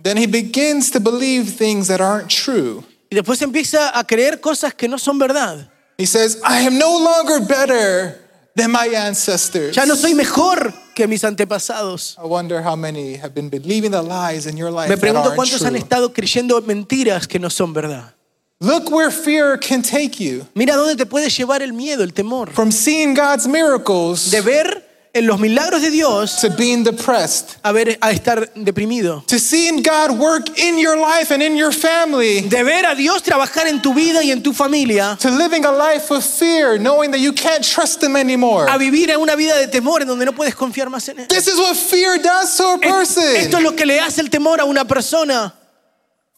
Speaker 1: Then he begins to believe things that aren't true.
Speaker 2: Y después empieza a creer cosas que no son verdad.
Speaker 1: He says, I am no longer better than my ancestors.
Speaker 2: Ya no soy mejor que mis antepasados.
Speaker 1: I wonder how many have been believing the lies in your life
Speaker 2: Me
Speaker 1: that
Speaker 2: pregunto
Speaker 1: aren't
Speaker 2: cuántos han
Speaker 1: true.
Speaker 2: estado creyendo mentiras que no son verdad.
Speaker 1: Look where fear can take you.
Speaker 2: Mira dónde te puede llevar el miedo, el temor.
Speaker 1: From seeing God's miracles
Speaker 2: De ver en los milagros de Dios
Speaker 1: to being depressed,
Speaker 2: a, ver, a estar deprimido.
Speaker 1: to seeing God work in your life and in your family,
Speaker 2: De ver a Dios trabajar en tu vida y en tu familia.
Speaker 1: to living a life of fear, knowing that you can't trust Him anymore.
Speaker 2: A vivir en una vida de temor en donde no puedes confiar más en Él.
Speaker 1: This is what fear does to a
Speaker 2: Esto es
Speaker 1: person.
Speaker 2: lo que le hace el temor a una persona.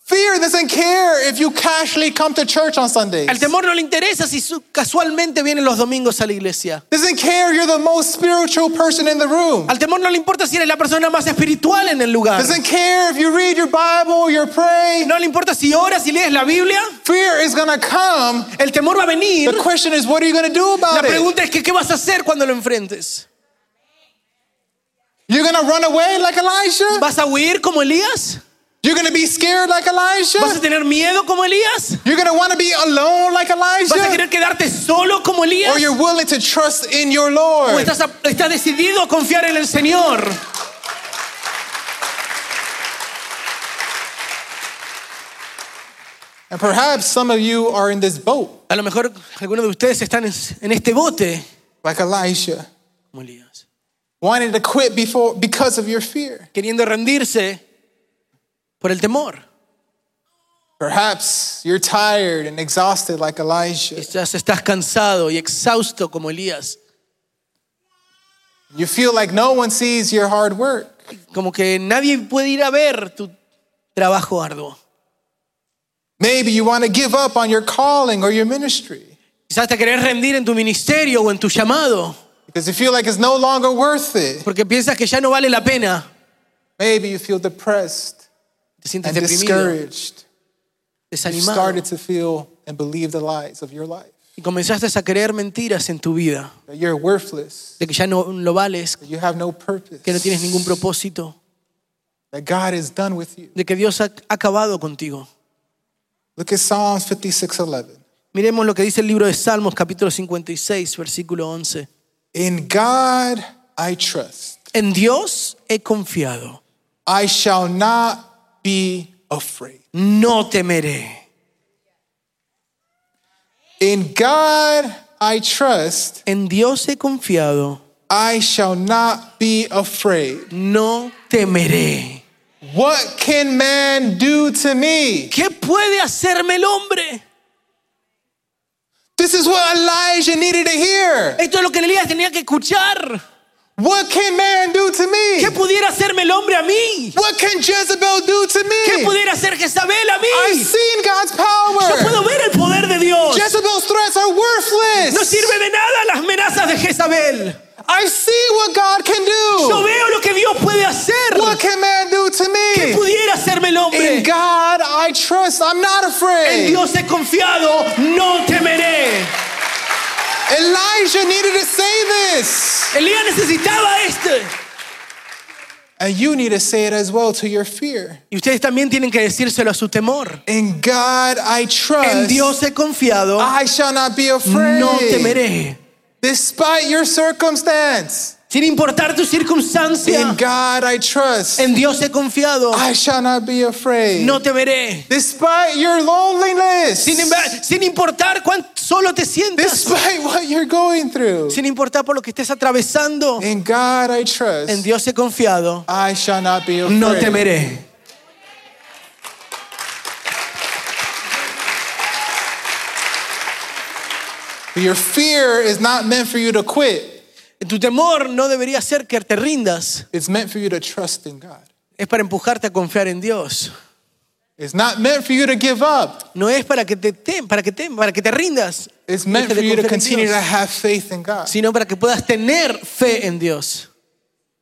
Speaker 1: Fear doesn't care if you casually come to church on Sundays.
Speaker 2: Al temor no le interesa si su- casualmente vienen los domingos a la iglesia.
Speaker 1: Doesn't care you're the most spiritual person in the room.
Speaker 2: Al temor no le importa si eres la persona más espiritual en el lugar.
Speaker 1: Doesn't care if you read your Bible, you pray.
Speaker 2: No le importa si oras y lees la Biblia.
Speaker 1: Fear is gonna come.
Speaker 2: El temor va a venir.
Speaker 1: The question is, what are you gonna do
Speaker 2: La
Speaker 1: about it?
Speaker 2: pregunta es que qué vas a hacer cuando lo enfrentes.
Speaker 1: You're gonna run away like Elijah?
Speaker 2: ¿Vas a huir como Elías?
Speaker 1: You're gonna be scared like
Speaker 2: ¿Vas a
Speaker 1: Elijah?
Speaker 2: tener miedo como Elías?
Speaker 1: You're gonna wanna be alone like
Speaker 2: ¿Vas a
Speaker 1: Elijah?
Speaker 2: querer quedarte solo como Elías?
Speaker 1: Or you're willing to trust in your
Speaker 2: ¿O
Speaker 1: Lord?
Speaker 2: estás, a- estás decidido a confiar en el Señor?
Speaker 1: And perhaps some of you are in this boat
Speaker 2: A lo mejor algunos de ustedes están en- en este bote
Speaker 1: like Elijah,
Speaker 2: como Elías.
Speaker 1: wanting to quit before because of your fear.
Speaker 2: Queriendo rendirse por el temor.
Speaker 1: Perhaps you're tired and exhausted like Elijah.
Speaker 2: Quizás estás cansado y exhausto como Elías.
Speaker 1: You feel like no one sees your hard work.
Speaker 2: Como que nadie puede ir a ver tu trabajo arduo.
Speaker 1: Maybe you want to give up on your calling or your ministry
Speaker 2: Quizás te querés rendir en tu ministerio o en tu llamado
Speaker 1: because you feel like it's no longer worth it.
Speaker 2: porque piensas que ya no vale la pena.
Speaker 1: Maybe you feel depressed
Speaker 2: Te sientes
Speaker 1: and
Speaker 2: deprimido,
Speaker 1: discouraged. You
Speaker 2: desanimado
Speaker 1: started to feel and believe the lies of your life
Speaker 2: y comenzaste a creer mentiras en tu vida,
Speaker 1: that you're worthless,
Speaker 2: de que ya no lo vales,
Speaker 1: that you have no purpose,
Speaker 2: que no tienes ningún propósito,
Speaker 1: that God is done with you.
Speaker 2: de que Dios ha acabado contigo.
Speaker 1: Look at Psalms 56:11.
Speaker 2: Miremos lo que dice el libro de Salmos capítulo 56, versículo 11.
Speaker 1: In God I trust.
Speaker 2: En Dios he confiado.
Speaker 1: I shall not be afraid.
Speaker 2: no temeré.
Speaker 1: In God I trust.
Speaker 2: En Dios he confiado,
Speaker 1: I shall not be afraid.
Speaker 2: no temeré.
Speaker 1: What can man do to me?
Speaker 2: ¿Qué puede hacerme el hombre?
Speaker 1: This is what Elijah needed to hear.
Speaker 2: Esto es lo que Elías tenía que escuchar.
Speaker 1: What can man do to me?
Speaker 2: ¿Qué pudiera hacerme el hombre a mí?
Speaker 1: What can Jezebel do to
Speaker 2: ¿Qué
Speaker 1: me?
Speaker 2: pudiera hacer Jezabel a
Speaker 1: I've
Speaker 2: mí?
Speaker 1: seen God's
Speaker 2: Yo
Speaker 1: power.
Speaker 2: puedo ver el poder de Dios.
Speaker 1: Jezebel's threats are
Speaker 2: No
Speaker 1: worthless.
Speaker 2: sirve de nada las amenazas de Jezabel.
Speaker 1: I see what God can
Speaker 2: Yo
Speaker 1: do.
Speaker 2: veo lo que Dios puede hacer.
Speaker 1: What can man do to
Speaker 2: ¿Qué
Speaker 1: me?
Speaker 2: pudiera hacerme el
Speaker 1: In
Speaker 2: hombre?
Speaker 1: God I trust. I'm not
Speaker 2: En
Speaker 1: afraid.
Speaker 2: Dios he confiado, no temeré.
Speaker 1: Elijah needed to say this.
Speaker 2: Elías necesitaba este. esto.
Speaker 1: And you need to say it as well to your fear.
Speaker 2: Y ustedes también tienen que decírselo a su temor.
Speaker 1: In God I trust.
Speaker 2: En Dios he confiado,
Speaker 1: I shall not be afraid.
Speaker 2: no temeré.
Speaker 1: Despite your circumstance.
Speaker 2: Sin importar tu circunstancia,
Speaker 1: In God I trust.
Speaker 2: en Dios he confiado,
Speaker 1: I shall not be afraid.
Speaker 2: Oh. no temeré.
Speaker 1: Despite your loneliness.
Speaker 2: Sin, emba- sin importar cuán solo te sientas,
Speaker 1: Despite what you're going through.
Speaker 2: sin importar por lo que estés atravesando,
Speaker 1: In God I
Speaker 2: en
Speaker 1: trust.
Speaker 2: Dios he confiado,
Speaker 1: I shall not be afraid.
Speaker 2: no temeré.
Speaker 1: Your fear is not meant for you to quit.
Speaker 2: Tu temor no debería ser que te rindas,
Speaker 1: It's meant for you to trust in God.
Speaker 2: es para empujarte a confiar en Dios.
Speaker 1: It's not meant for you to give up.
Speaker 2: No es para que te, tem- para que tem- para que te rindas,
Speaker 1: It's meant
Speaker 2: Deje
Speaker 1: for
Speaker 2: de
Speaker 1: you to
Speaker 2: confiar en
Speaker 1: continue
Speaker 2: Dios.
Speaker 1: to have faith in God.
Speaker 2: sino para que puedas tener fe en Dios.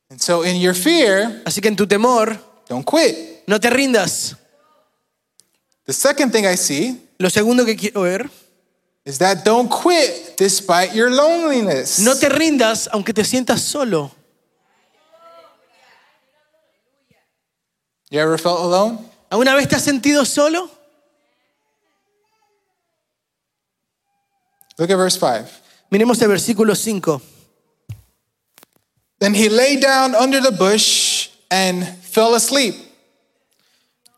Speaker 1: And so in your fear,
Speaker 2: Así que en tu temor,
Speaker 1: don't quit.
Speaker 2: no te rindas.
Speaker 1: The second thing I see
Speaker 2: Lo segundo que quiero ver,
Speaker 1: is that don't quit despite your loneliness.
Speaker 2: no te rindas aunque te sientas solo.
Speaker 1: You ever felt alone?
Speaker 2: ¿Alguna vez te has sentido solo?
Speaker 1: Look at verse 5.
Speaker 2: Miremos el versículo 5.
Speaker 1: Then he lay down under the bush and fell asleep.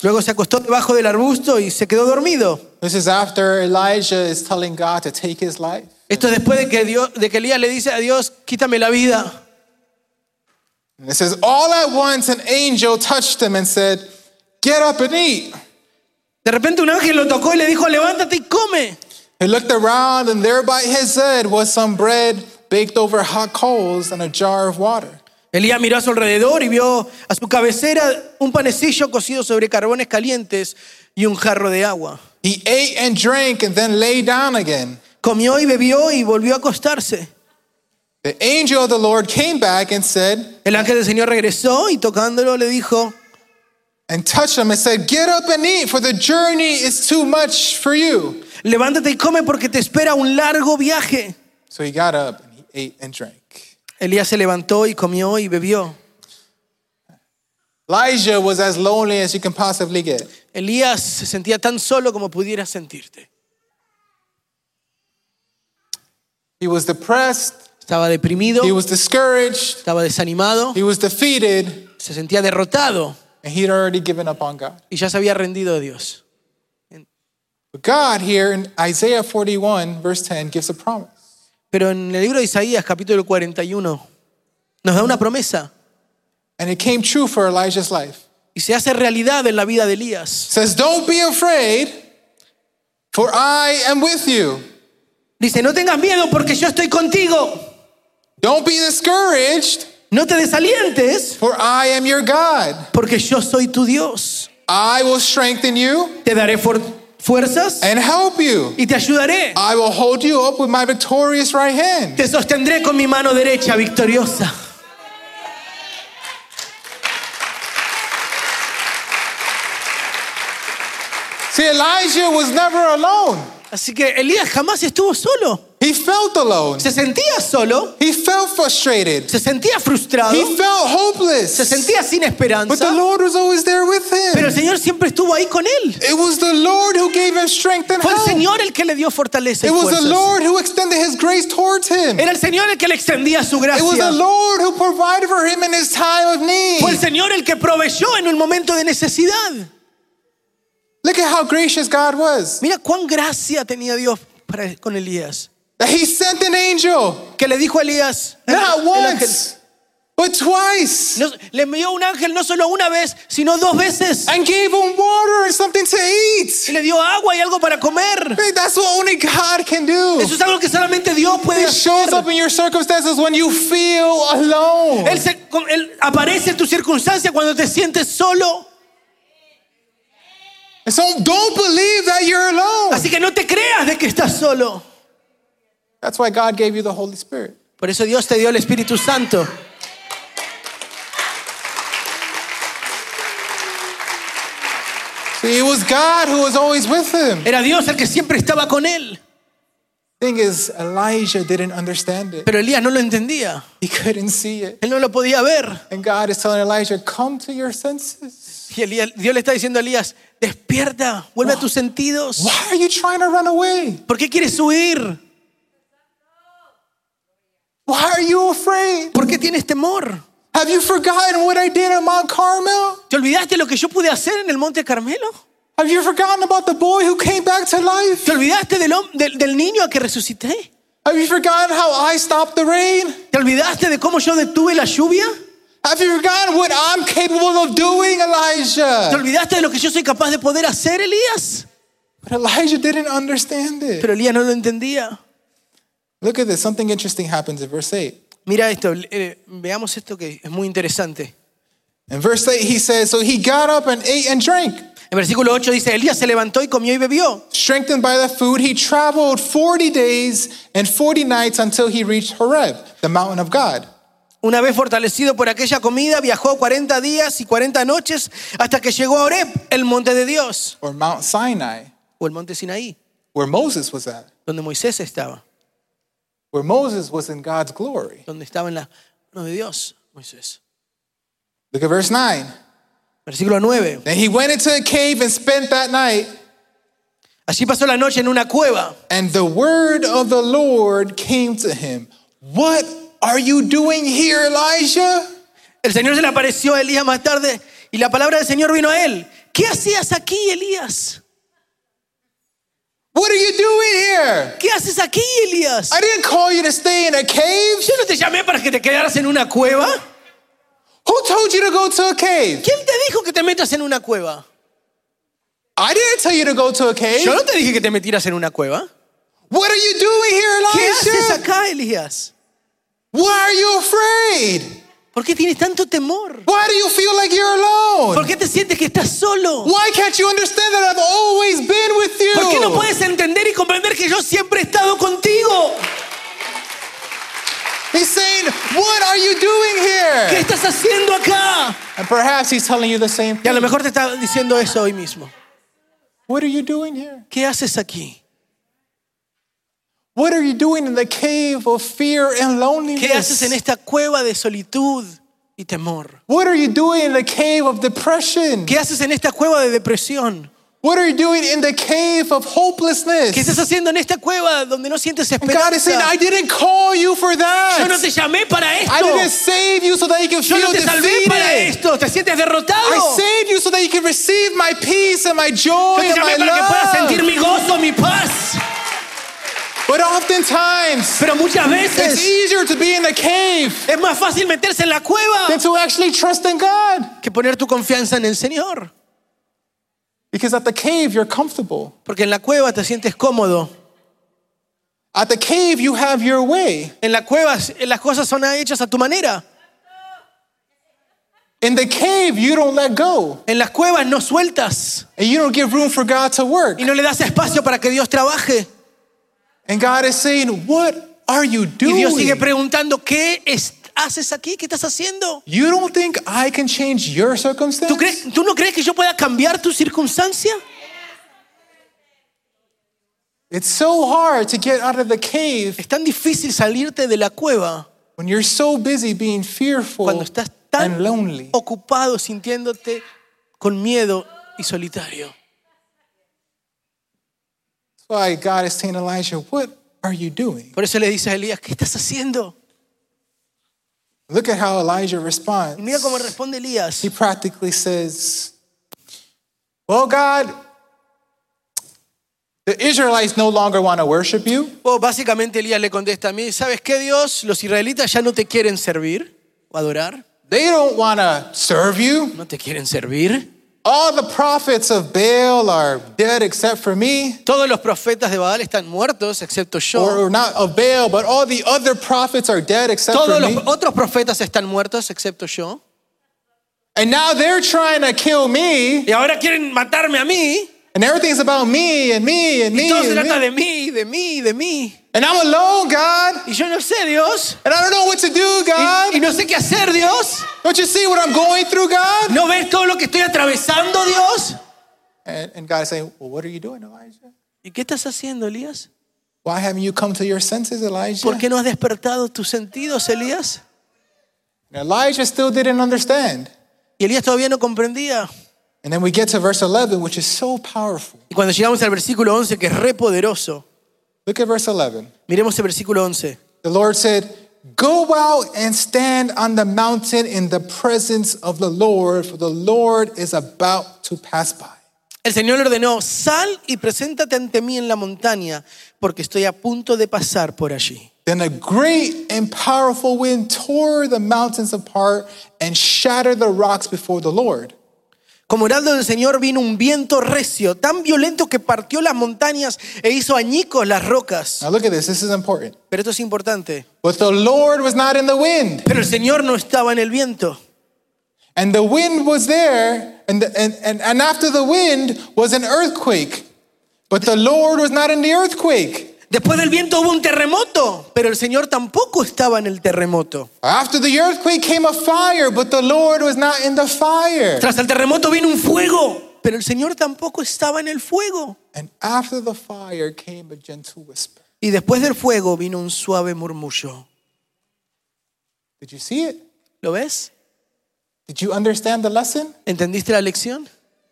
Speaker 2: Luego se acostó debajo del arbusto y se quedó dormido.
Speaker 1: This is after Elijah is telling God to take his life.
Speaker 2: Esto es después de que, Dios, de que Elías le dice a Dios, quítame la vida.
Speaker 1: And it says, All at once an angel touched him and said, Get up and eat.
Speaker 2: De repente un ángel lo tocó y le dijo, levántate y come.
Speaker 1: He looked around, and there by his head was some bread baked over hot coals and a jar of water.
Speaker 2: Elías miró a su alrededor y vio a su cabecera un panecillo cocido sobre carbones calientes y un jarro de agua.
Speaker 1: He ate and drank and then lay down again.
Speaker 2: Comió y bebió y volvió a acostarse.
Speaker 1: The angel of the Lord came back and said,
Speaker 2: El ángel del Señor regresó y tocándolo le dijo,
Speaker 1: and touched him and said, Get up and eat, for the journey is too much for you.
Speaker 2: levántate y come porque te espera un largo viaje.
Speaker 1: So he got up and he ate and drank.
Speaker 2: Elías se levantó y comió y bebió.
Speaker 1: Elijah was as lonely as you can possibly get.
Speaker 2: Elías se sentía tan solo como pudieras sentirte.
Speaker 1: He was depressed,
Speaker 2: Estaba deprimido,
Speaker 1: he was discouraged,
Speaker 2: estaba desanimado,
Speaker 1: he was defeated,
Speaker 2: se sentía derrotado
Speaker 1: and he'd already given up on God.
Speaker 2: y ya se había rendido a Dios.
Speaker 1: But God, here in Isaiah 41, verse 10, gives a promise.
Speaker 2: Pero en el libro de Isaías, capítulo 41, nos da una promesa
Speaker 1: And it came true for Elijah's life.
Speaker 2: y se hace realidad en la vida de
Speaker 1: It
Speaker 2: Elías.
Speaker 1: says, Don't be afraid, for I am with you.
Speaker 2: Dice, no tengas miedo porque yo estoy contigo.
Speaker 1: Don't be discouraged,
Speaker 2: No te desalientes
Speaker 1: for I am your God.
Speaker 2: porque yo soy tu Dios.
Speaker 1: I will strengthen you
Speaker 2: Te daré for- fuerzas
Speaker 1: and help you.
Speaker 2: y te ayudaré.
Speaker 1: I will hold you up with my victorious right hand.
Speaker 2: Te sostendré con mi mano derecha victoriosa.
Speaker 1: See, Elijah was never alone.
Speaker 2: Así que Elías jamás estuvo solo.
Speaker 1: He felt alone.
Speaker 2: Se sentía solo,
Speaker 1: He felt frustrated.
Speaker 2: se sentía frustrado,
Speaker 1: He felt
Speaker 2: se
Speaker 1: hopeless.
Speaker 2: sentía sin
Speaker 1: But the
Speaker 2: esperanza,
Speaker 1: Lord was always there with
Speaker 2: pero
Speaker 1: him.
Speaker 2: el Señor siempre estuvo ahí con él. Ah.
Speaker 1: It was the Lord who gave him strength and
Speaker 2: Fue el
Speaker 1: help.
Speaker 2: Señor el que le dio fortaleza y
Speaker 1: It was the
Speaker 2: fuerzas.
Speaker 1: Lord who extended his grace towards him. It
Speaker 2: Era el Señor el que le extendía su
Speaker 1: was
Speaker 2: gracia.
Speaker 1: the Lord who provided for him in his time of
Speaker 2: Fue el
Speaker 1: need.
Speaker 2: Señor el que proveyó en un momento de necesidad.
Speaker 1: Look at how gracious God was.
Speaker 2: Mira cuán gracia tenía Dios para- con Elías.
Speaker 1: That he sent an angel,
Speaker 2: Que le dijo a Elías,
Speaker 1: not
Speaker 2: el ángel,
Speaker 1: once, but twice,
Speaker 2: no- le envió un ángel no solo una vez, sino dos veces.
Speaker 1: and gave him water and something to
Speaker 2: Y
Speaker 1: eat.
Speaker 2: le dio agua y algo para comer.
Speaker 1: Hey, That's what only God can do.
Speaker 2: Eso es algo que solamente Dios puede
Speaker 1: He shows up
Speaker 2: hacer.
Speaker 1: in your circumstances when you feel alone.
Speaker 2: Él, se- con- él aparece en tu circunstancia cuando te sientes solo.
Speaker 1: And so don't believe that you're alone.
Speaker 2: Así que no te creas de que estás solo.
Speaker 1: That's why God gave you the Holy Spirit.
Speaker 2: Por eso Dios te dio el Espíritu Santo.
Speaker 1: See, it was God who was always with him.
Speaker 2: Era Dios el que siempre estaba con él.
Speaker 1: Thing is, Elijah didn't understand it.
Speaker 2: Pero Elías no lo entendía.
Speaker 1: He couldn't see it.
Speaker 2: Él no lo podía ver.
Speaker 1: And God is telling Elijah, come to your senses.
Speaker 2: Y Elías- Dios le está diciendo a Elías, despierta, vuelve a tus sentidos.
Speaker 1: Why are you trying to run away?
Speaker 2: Oh. ¿Por qué quieres huir?
Speaker 1: Why are you afraid?
Speaker 2: ¿Por qué tienes temor?
Speaker 1: Have you forgotten what I did at Mount Carmel?
Speaker 2: ¿Te olvidaste lo que yo pude hacer en el Monte Carmelo?
Speaker 1: Have you forgotten about the boy who came back to life?
Speaker 2: ¿Te olvidaste del, hom- del- del niño a que resucité?
Speaker 1: Have you forgotten how I stopped the rain?
Speaker 2: ¿Te olvidaste de cómo yo detuve la lluvia?
Speaker 1: Have you forgotten what I'm capable of doing,
Speaker 2: ¿Te
Speaker 1: Elijah?
Speaker 2: olvidaste de lo que yo soy capaz de poder hacer, Elías?
Speaker 1: But Elijah didn't understand it.
Speaker 2: Pero Elías no lo entendía.
Speaker 1: Look at this. Something interesting happens in verse 8.
Speaker 2: Mira esto, eh, veamos esto que es muy interesante.
Speaker 1: In verse 8, he says, So he got up and ate and drank.
Speaker 2: En versículo 8 dice, Elías se levantó y comió y bebió.
Speaker 1: Strengthened by the food, he traveled 40 days and 40 nights until he reached Horeb, the mountain of God.
Speaker 2: Una vez fortalecido por aquella comida, viajó 40 días y 40 noches hasta que llegó a Oreb, el monte de Dios,
Speaker 1: or Mount Sinai,
Speaker 2: o el monte Sinaí,
Speaker 1: where Moses was at,
Speaker 2: donde Moisés estaba,
Speaker 1: where Moses was in God's glory.
Speaker 2: donde estaba en la mano de Dios, Moisés.
Speaker 1: Look at verse 9.
Speaker 2: Versículo 9.
Speaker 1: Then he went into a cave and spent that night,
Speaker 2: Allí pasó la noche en una cueva.
Speaker 1: and the word of the Lord came to him. What are you doing here, Elijah?
Speaker 2: El Señor se le apareció a Elías más tarde y la palabra del Señor vino a él. ¿Qué hacías aquí, Elías?
Speaker 1: What are you doing here?
Speaker 2: ¿Qué haces aquí, Elías?
Speaker 1: I didn't call you to stay in a cave.
Speaker 2: Yo no te llamé para que te quedaras en una cueva.
Speaker 1: Who told you to go to a cave?
Speaker 2: ¿Quién te dijo que te metas en una cueva?
Speaker 1: I didn't tell you to go to a cave.
Speaker 2: Yo no te dije que te metieras en una cueva.
Speaker 1: What are you
Speaker 2: ¿Qué
Speaker 1: doing here,
Speaker 2: haces
Speaker 1: Elijah?
Speaker 2: acá, Elías?
Speaker 1: Why are you afraid?
Speaker 2: ¿Por qué tienes tanto temor?
Speaker 1: Why do you feel like you're alone?
Speaker 2: ¿Por qué te sientes que estás solo?
Speaker 1: Why can't you understand that I've always been with you?
Speaker 2: ¿Por qué no puedes entender y comprender que yo siempre he estado contigo?
Speaker 1: He's saying, What are you doing
Speaker 2: ¿Qué
Speaker 1: here?
Speaker 2: estás haciendo acá?
Speaker 1: And perhaps he's telling you the same
Speaker 2: Y a
Speaker 1: thing.
Speaker 2: lo mejor te está diciendo eso hoy mismo.
Speaker 1: What are you doing here?
Speaker 2: ¿Qué haces aquí?
Speaker 1: What are you doing in the cave of fear and loneliness?
Speaker 2: ¿Qué haces en esta cueva de solitud y temor?
Speaker 1: What are you doing in the cave of depression?
Speaker 2: ¿Qué haces en esta cueva de depresión?
Speaker 1: What are you doing in the cave of hopelessness?
Speaker 2: ¿Qué estás haciendo en esta cueva donde no sientes
Speaker 1: And God is saying, I
Speaker 2: esperanza?
Speaker 1: didn't call you for
Speaker 2: Yo no
Speaker 1: that.
Speaker 2: te llamé para
Speaker 1: I
Speaker 2: esto.
Speaker 1: didn't save you so that you can
Speaker 2: Yo no
Speaker 1: feel
Speaker 2: te salvé para
Speaker 1: defeated.
Speaker 2: esto. Te sientes
Speaker 1: I
Speaker 2: derrotado.
Speaker 1: saved you so that you can receive my peace and my joy
Speaker 2: Yo te
Speaker 1: and
Speaker 2: llamé
Speaker 1: my
Speaker 2: para que puedas
Speaker 1: love.
Speaker 2: sentir mi gozo, mi paz.
Speaker 1: But oftentimes,
Speaker 2: Pero muchas
Speaker 1: it's
Speaker 2: veces
Speaker 1: easier to be in the cave
Speaker 2: es más fácil meterse en la cueva
Speaker 1: than to actually trust in God.
Speaker 2: que poner tu confianza en el Señor.
Speaker 1: Because at the cave, you're comfortable.
Speaker 2: Porque en la cueva te sientes cómodo.
Speaker 1: At the cave, you have your way.
Speaker 2: En la cueva eh, las cosas son hechas a tu manera.
Speaker 1: In the cave, you don't let go.
Speaker 2: En las cuevas no sueltas
Speaker 1: And you don't give room for God to work.
Speaker 2: y no le das espacio para que Dios trabaje.
Speaker 1: And God is saying, What are you
Speaker 2: Y Dios sigue
Speaker 1: doing?
Speaker 2: preguntando, ¿qué es- haces aquí? ¿Qué estás haciendo?
Speaker 1: You don't think I can change your
Speaker 2: ¿Tú,
Speaker 1: circumstance?
Speaker 2: crees- ¿Tú no crees que yo pueda cambiar tu circunstancia?
Speaker 1: It's so hard to get out of the cave
Speaker 2: Es tan difícil salirte de la cueva
Speaker 1: when you're so busy being
Speaker 2: cuando
Speaker 1: fearful
Speaker 2: estás
Speaker 1: and
Speaker 2: tan
Speaker 1: lonely.
Speaker 2: ocupado sintiéndote con miedo y solitario.
Speaker 1: That's why God is saying, Elijah, What are you doing?
Speaker 2: Por eso le dice a Elías, ¿qué estás haciendo?
Speaker 1: Look at how Elijah
Speaker 2: Y mira
Speaker 1: responds.
Speaker 2: cómo responde Elías.
Speaker 1: He practically says, Well, God, the Israelites no longer want to worship you.
Speaker 2: Oh, básicamente Elías le contesta a mí, ¿sabes qué Dios? Los israelitas ya no te quieren servir o adorar,
Speaker 1: They don't want to serve you.
Speaker 2: no te quieren servir.
Speaker 1: All the prophets of Baal are dead except for me.
Speaker 2: Todos los profetas de Baal están muertos, excepto
Speaker 1: Or,
Speaker 2: yo.
Speaker 1: or not of Baal, but all the other prophets are dead except for
Speaker 2: Todos los
Speaker 1: me.
Speaker 2: otros profetas están muertos, excepto yo.
Speaker 1: And now they're trying to kill me,
Speaker 2: Y ahora quieren matarme a mí.
Speaker 1: and everything's about me and me and
Speaker 2: Y
Speaker 1: me.
Speaker 2: todo se
Speaker 1: And,
Speaker 2: trata
Speaker 1: me.
Speaker 2: de mí, de mí, de mí.
Speaker 1: and I'm alone, God.
Speaker 2: Y yo no sé, Dios.
Speaker 1: And I don't know what to do,
Speaker 2: Y, y
Speaker 1: God.
Speaker 2: no sé qué hacer, Dios.
Speaker 1: Don't you see what I'm going through, God?
Speaker 2: ¿No ves todo lo que estoy atravesando, Dios?
Speaker 1: And, and God is saying, Well, what are you doing, Elijah?
Speaker 2: ¿Y qué estás haciendo, Elías?
Speaker 1: Why haven't you come to your senses, Elijah?
Speaker 2: ¿Por qué no has despertado tus sentidos, Elías?
Speaker 1: And Elijah still didn't understand.
Speaker 2: Y Elías todavía no comprendía.
Speaker 1: And then we get to verse 11, which is so powerful.
Speaker 2: Y cuando llegamos al versículo 11, que es re poderoso,
Speaker 1: Look at verse 11.
Speaker 2: miremos el versículo 11.
Speaker 1: The Lord said, Go out and stand on the mountain in the presence of the Lord, for the Lord is about to pass by.
Speaker 2: El Señor le ordenó, sal y preséntate ante mí en la montaña, porque estoy a punto de pasar por allí.
Speaker 1: Then a great and powerful wind tore the mountains apart and shattered the rocks before the Lord.
Speaker 2: Como heraldo del Señor vino un viento recio, tan violento que partió las montañas e hizo añicos las rocas.
Speaker 1: Now look at this, this is important.
Speaker 2: Pero esto es importante.
Speaker 1: But the Lord was not in the wind,
Speaker 2: Pero el Señor no estaba en el viento.
Speaker 1: and the wind was there, and, the, and, and, and after the wind was an earthquake. But the Lord was not in the earthquake.
Speaker 2: Después del viento hubo un terremoto, pero el Señor tampoco estaba en el terremoto.
Speaker 1: After the earthquake came a fire, but the Lord was not in the fire.
Speaker 2: Tras el terremoto vino un fuego, pero el Señor tampoco estaba en el fuego.
Speaker 1: And after the fire came a gentle whisper.
Speaker 2: Y después del fuego vino un suave murmullo.
Speaker 1: Did you see it?
Speaker 2: ¿Lo ves?
Speaker 1: Did you understand the lesson?
Speaker 2: ¿Entendiste la lección?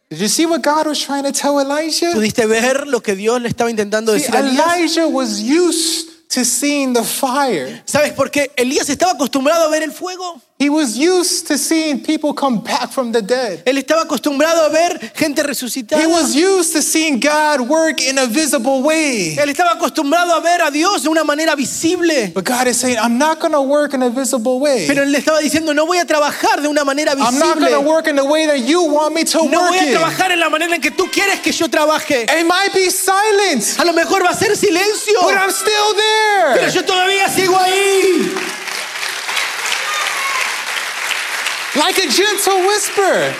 Speaker 1: Did you see what God was trying to tell Elijah?
Speaker 2: ¿Pudiste ver lo que Dios le estaba intentando
Speaker 1: See,
Speaker 2: decir a Elías?
Speaker 1: Elijah was used to seeing the fire.
Speaker 2: ¿Sabes por qué? Elías estaba acostumbrado a ver el fuego.
Speaker 1: He was used to seeing people come back from the dead.
Speaker 2: Él estaba acostumbrado a ver gente
Speaker 1: He
Speaker 2: resucitada.
Speaker 1: was used to seeing God work in a visible way.
Speaker 2: Él estaba acostumbrado a ver a Dios de una manera visible.
Speaker 1: But God is saying, I'm not going to work in a visible
Speaker 2: Pero
Speaker 1: way.
Speaker 2: él le estaba diciendo, no voy a trabajar de una manera
Speaker 1: I'm not
Speaker 2: visible.
Speaker 1: going to work in the way that you want me to
Speaker 2: No
Speaker 1: work
Speaker 2: voy a
Speaker 1: in.
Speaker 2: trabajar en la manera en que tú quieres que yo trabaje.
Speaker 1: It might be silent,
Speaker 2: A lo mejor va a ser silencio.
Speaker 1: but I'm still
Speaker 2: Pero
Speaker 1: there.
Speaker 2: yo todavía sigo ahí.
Speaker 1: Like a gentle whisper.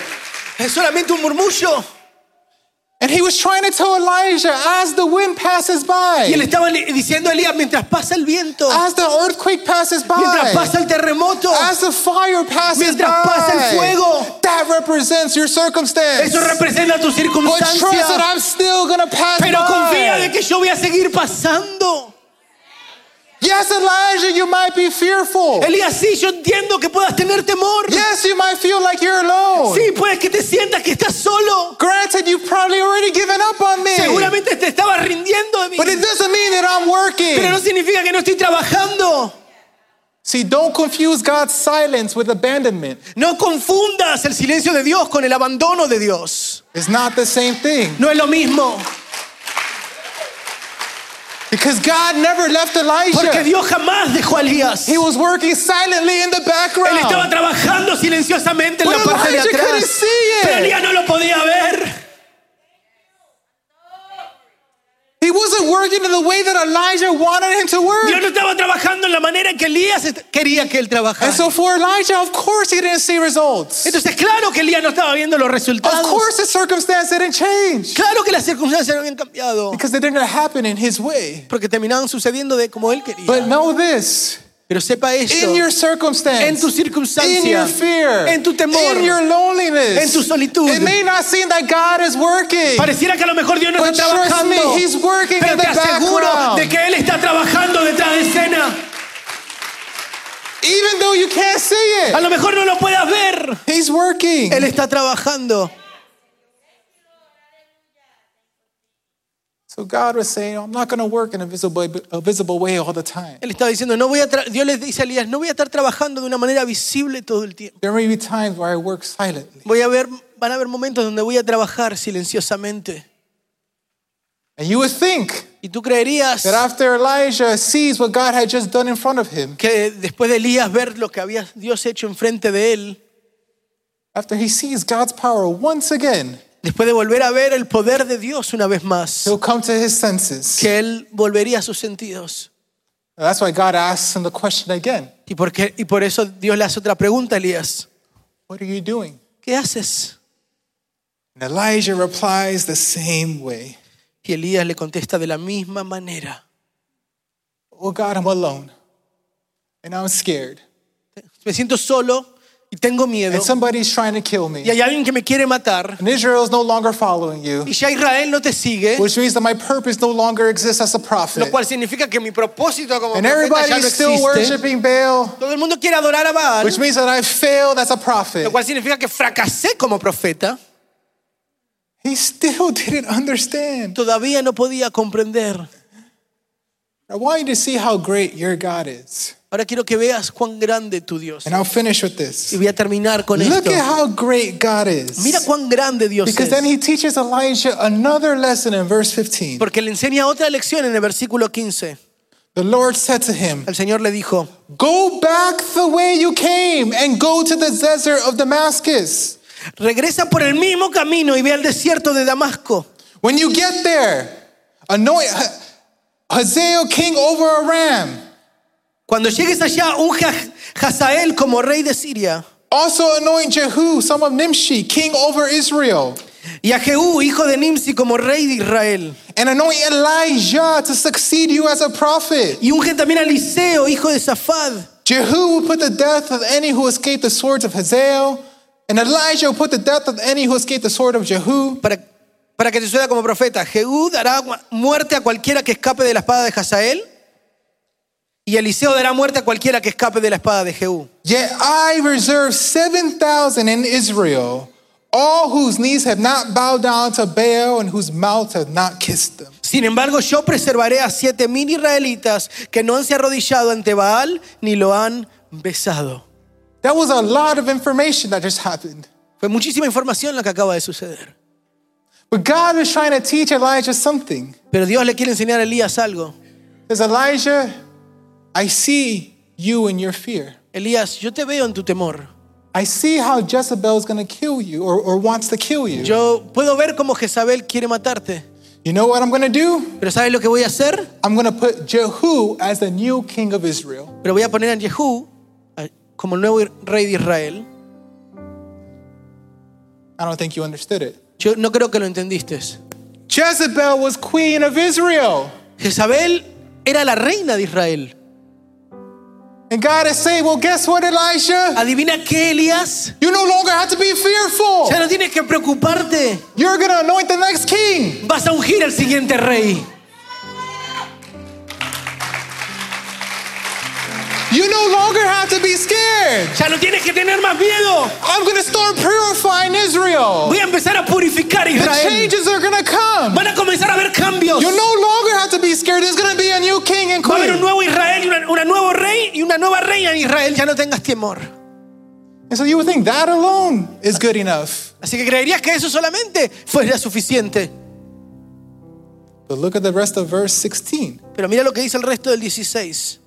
Speaker 2: Es solamente un murmullo.
Speaker 1: And he was trying to tell Elijah as the wind passes
Speaker 2: Y él
Speaker 1: by,
Speaker 2: estaba li- diciendo a Elías, mientras pasa el viento,
Speaker 1: as the earthquake passes by,
Speaker 2: mientras pasa el terremoto,
Speaker 1: as the fire passes by,
Speaker 2: Mientras pasa el fuego.
Speaker 1: that represents your circumstance.
Speaker 2: eso representa tu
Speaker 1: But trust that
Speaker 2: circunstancia.
Speaker 1: I'm still going to pass
Speaker 2: Pero confía de
Speaker 1: by.
Speaker 2: que yo voy a seguir pasando.
Speaker 1: Yes, Elijah, you might be fearful.
Speaker 2: Elías, sí, yo entiendo que puedas tener temor.
Speaker 1: Yes, you might feel like you're alone.
Speaker 2: Sí, puedes que te sientas que estás solo.
Speaker 1: Granted, you've probably already given up on me.
Speaker 2: Seguramente te estabas rindiendo de mí.
Speaker 1: But it doesn't mean that I'm working.
Speaker 2: Pero no significa que no estoy trabajando.
Speaker 1: See, don't confuse God's silence with abandonment.
Speaker 2: No confundas el silencio de Dios con el abandono de Dios.
Speaker 1: It's not the same thing.
Speaker 2: No es lo mismo.
Speaker 1: Because God never left
Speaker 2: Porque
Speaker 1: Elijah.
Speaker 2: Dios jamás dejó a Elías.
Speaker 1: He was working silently in the
Speaker 2: Él estaba
Speaker 1: background.
Speaker 2: trabajando silenciosamente en
Speaker 1: But
Speaker 2: la parte de
Speaker 1: Elijah couldn't
Speaker 2: atrás.
Speaker 1: see
Speaker 2: Pero
Speaker 1: it.
Speaker 2: Elías no lo podía ver.
Speaker 1: He wasn't working in the way that Elijah wanted him to
Speaker 2: Dios
Speaker 1: work.
Speaker 2: no estaba trabajando en la manera en que Elías est- quería que él trabajara.
Speaker 1: And so for Elijah, of course he didn't see results.
Speaker 2: Entonces, claro que Elías no estaba viendo los
Speaker 1: Of
Speaker 2: resultados.
Speaker 1: course the circumstance didn't change.
Speaker 2: Claro que las circunstancias no habían cambiado.
Speaker 1: Because they didn't happen in his way.
Speaker 2: Porque terminaban sucediendo de como él
Speaker 1: But
Speaker 2: quería.
Speaker 1: know this.
Speaker 2: Pero sepa
Speaker 1: In your
Speaker 2: esto.
Speaker 1: circumstance,
Speaker 2: En tu circunstancia.
Speaker 1: in your fear,
Speaker 2: En tu temor.
Speaker 1: in your loneliness,
Speaker 2: En tu solitud.
Speaker 1: It may not seem that God is working,
Speaker 2: Pareciera que a lo mejor Dios no
Speaker 1: but
Speaker 2: está
Speaker 1: trust me,
Speaker 2: trabajando.
Speaker 1: He's working
Speaker 2: Pero
Speaker 1: in the
Speaker 2: te aseguro
Speaker 1: background.
Speaker 2: de que Él está trabajando detrás de escena.
Speaker 1: Even though you can't see
Speaker 2: A
Speaker 1: it,
Speaker 2: lo mejor no lo puedas ver.
Speaker 1: He's working.
Speaker 2: Él está trabajando.
Speaker 1: So God was saying, I'm not going to work in a visible, a visible way all the time.
Speaker 2: Él estaba diciendo, no voy a tra- Dios les dice a Elías, no voy a estar trabajando de una manera visible todo el tiempo.
Speaker 1: There may be times where I work silently,
Speaker 2: Voy a ver, van a haber momentos donde voy a trabajar silenciosamente.
Speaker 1: and you would think
Speaker 2: Y tú creerías
Speaker 1: that after Elijah sees what God had just done in front of him,
Speaker 2: que después de Elías ver lo que había Dios hecho enfrente de él,
Speaker 1: after he sees God's power once again,
Speaker 2: después de volver a ver el poder de Dios una vez más,
Speaker 1: he'll come to his senses.
Speaker 2: que él volvería a sus sentidos.
Speaker 1: That's why God asks him the question again.
Speaker 2: Y por, qué- y por eso Dios le hace otra pregunta a Elías.
Speaker 1: What are you doing?
Speaker 2: ¿Qué haces?
Speaker 1: And Elijah replies the same way.
Speaker 2: Y Elías le contesta de la misma manera.
Speaker 1: Oh God, I'm alone. And I'm scared.
Speaker 2: Me siento solo y tengo miedo
Speaker 1: and somebody's trying to kill me,
Speaker 2: y hay alguien que me quiere matar
Speaker 1: and Israel is no longer following you,
Speaker 2: y ya Israel no te sigue,
Speaker 1: which means that my purpose no longer exists as a
Speaker 2: lo
Speaker 1: prophet,
Speaker 2: cual significa que mi propósito como
Speaker 1: eh, and
Speaker 2: profeta ya no
Speaker 1: everybody's still
Speaker 2: existe.
Speaker 1: worshiping Pues, Baal,
Speaker 2: Todo el mundo quiere adorar a Baal,
Speaker 1: which means that I failed as a prophet.
Speaker 2: lo cual significa que fracasé como profeta.
Speaker 1: He still didn't understand.
Speaker 2: Todavía no podía comprender.
Speaker 1: I want you to see how great your God is.
Speaker 2: Ahora quiero que veas cuán grande tu Dios.
Speaker 1: And I'll finish with
Speaker 2: Y
Speaker 1: this.
Speaker 2: voy a terminar con
Speaker 1: Look
Speaker 2: esto.
Speaker 1: at how great God is.
Speaker 2: Mira cuán grande Dios
Speaker 1: Because
Speaker 2: es.
Speaker 1: then he teaches Elijah another lesson in verse 15.
Speaker 2: Porque le enseña otra lección en el versículo 15.
Speaker 1: The Lord said to him,
Speaker 2: El Señor le dijo,
Speaker 1: Go back the way you came and go to the desert of Damascus.
Speaker 2: regresa por el mismo camino y ve al desierto de Damasco.
Speaker 1: When you get there, anoint Hazael king over a ram.
Speaker 2: Cuando llegues allá, un Hazael como rey de Siria
Speaker 1: Also anoint Jehu, son of Nimshi, king over Israel.
Speaker 2: y a Jehú, hijo de Nimsi, como rey de Israel.
Speaker 1: And anoint Elijah to succeed you as a prophet.
Speaker 2: Y unge también a Eliseo, hijo de Safad.
Speaker 1: Jehu will put to death of any who escaped the swords of Hazael, and Elijah will put to death of any who escaped the sword of Jehu.
Speaker 2: Para, para que te suceda como profeta, Jehú dará gua- muerte a cualquiera que escape de la espada de Hazael y Eliseo dará muerte a cualquiera que escape de la espada de Jehú.
Speaker 1: Yet I reserve 7,000 in Israel, all whose knees have not bowed down to Baal and whose mouths have not kissed them.
Speaker 2: Sin embargo, yo preservaré a siete mil israelitas que no han se arrodillado ante Baal ni lo han besado.
Speaker 1: That was a lot of information that just happened.
Speaker 2: Fue muchísima información la que acaba de suceder.
Speaker 1: But God was trying to teach Elijah something.
Speaker 2: Pero Dios le quiere enseñar a Elías algo.
Speaker 1: Says Elijah, I see you in your fear.
Speaker 2: Elías, yo te veo en tu temor.
Speaker 1: I see how Jezebel's gonna kill you or, or wants to kill you.
Speaker 2: Yo puedo ver cómo Jezabel quiere matarte.
Speaker 1: You know what I'm gonna do?
Speaker 2: Pero ¿sabes lo que voy a hacer?
Speaker 1: I'm gonna put Jehu as the new king of Israel.
Speaker 2: Pero voy a poner a Jehú a- como el nuevo rey de Israel.
Speaker 1: I don't think you understood it.
Speaker 2: Yo no creo que lo entendiste.
Speaker 1: Jezebel was queen of Israel.
Speaker 2: Jezabel era la reina de Israel.
Speaker 1: And God is saying, Well, guess what, Elisha?
Speaker 2: Adivina qué, Elías.
Speaker 1: You no longer have to be fearful.
Speaker 2: Ya no tienes que preocuparte.
Speaker 1: You're going to anoint the next king.
Speaker 2: Vas a ungir al siguiente rey.
Speaker 1: You no longer have to be scared.
Speaker 2: Ya no tienes que tener más miedo.
Speaker 1: I'm going to start purifying Israel.
Speaker 2: Voy a empezar a purificar a
Speaker 1: The
Speaker 2: Israel.
Speaker 1: changes are going to come.
Speaker 2: Van a comenzar a haber cambios.
Speaker 1: You no longer have to be scared. There's going to be a new king and
Speaker 2: Va a haber un
Speaker 1: queen.
Speaker 2: nuevo Israel, y una, una nuevo rey y una nueva reina en Israel. Ya no tengas temor.
Speaker 1: And so you would think that alone is good enough.
Speaker 2: Así que creerías que eso solamente fuera suficiente.
Speaker 1: But look at the rest of verse 16.
Speaker 2: Pero mira lo que dice el resto del 16.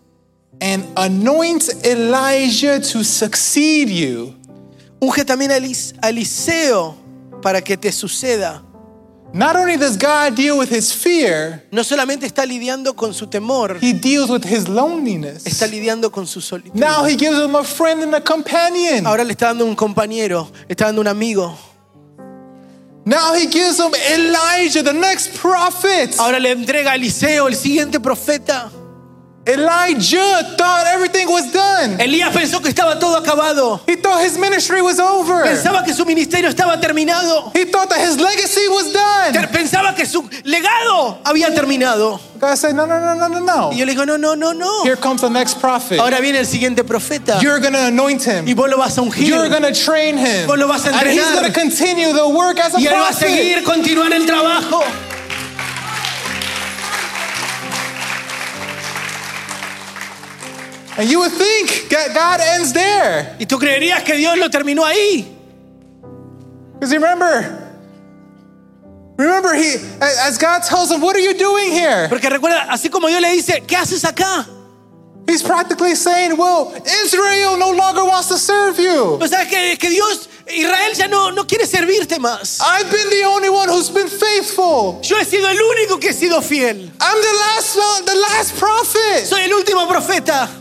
Speaker 1: And anoint Elijah to succeed you.
Speaker 2: Unge también a, Elis- a Eliseo para que te suceda.
Speaker 1: Not only does God deal with his fear,
Speaker 2: No solamente está lidiando con su temor,
Speaker 1: he deals with his loneliness.
Speaker 2: está lidiando con su solitud.
Speaker 1: Now he gives him a friend and a companion.
Speaker 2: Ahora le está dando un compañero, le está dando un amigo.
Speaker 1: Now he gives him Elijah, the next prophet.
Speaker 2: Ahora le entrega a Eliseo, el siguiente profeta.
Speaker 1: Elijah thought everything was done.
Speaker 2: Elías pensó que estaba todo acabado.
Speaker 1: He thought his ministry was over.
Speaker 2: Pensaba que su ministerio estaba terminado.
Speaker 1: He thought that his legacy was
Speaker 2: Ter-
Speaker 1: done.
Speaker 2: Pensaba que su legado había terminado.
Speaker 1: God said, No, no, no, no, no, no.
Speaker 2: Y yo le digo, no, no, no, no.
Speaker 1: Here comes the next prophet.
Speaker 2: Ahora viene el siguiente profeta.
Speaker 1: You're going to anoint him.
Speaker 2: Y vos lo vas a ungir.
Speaker 1: You're going to train him.
Speaker 2: Vos lo vas a
Speaker 1: And he's
Speaker 2: entrenar.
Speaker 1: going to continue the work as a
Speaker 2: Y él va a
Speaker 1: prophet.
Speaker 2: seguir, continuar el trabajo.
Speaker 1: And you would think God God ends there.
Speaker 2: Y tú creerías que Dios lo terminó ahí.
Speaker 1: Because remember, remember, he, as God tells him, What are you doing here?
Speaker 2: Porque recuerda, así como Dios le dice, ¿qué haces acá?
Speaker 1: He's practically saying, Well, Israel no longer wants to serve you.
Speaker 2: Pues sabes que, que Dios, Israel ya no, no quiere servirte más.
Speaker 1: I've been the only one who's been faithful.
Speaker 2: Yo he sido el único que he sido fiel.
Speaker 1: I'm the last one- the last prophet.
Speaker 2: Soy el último profeta.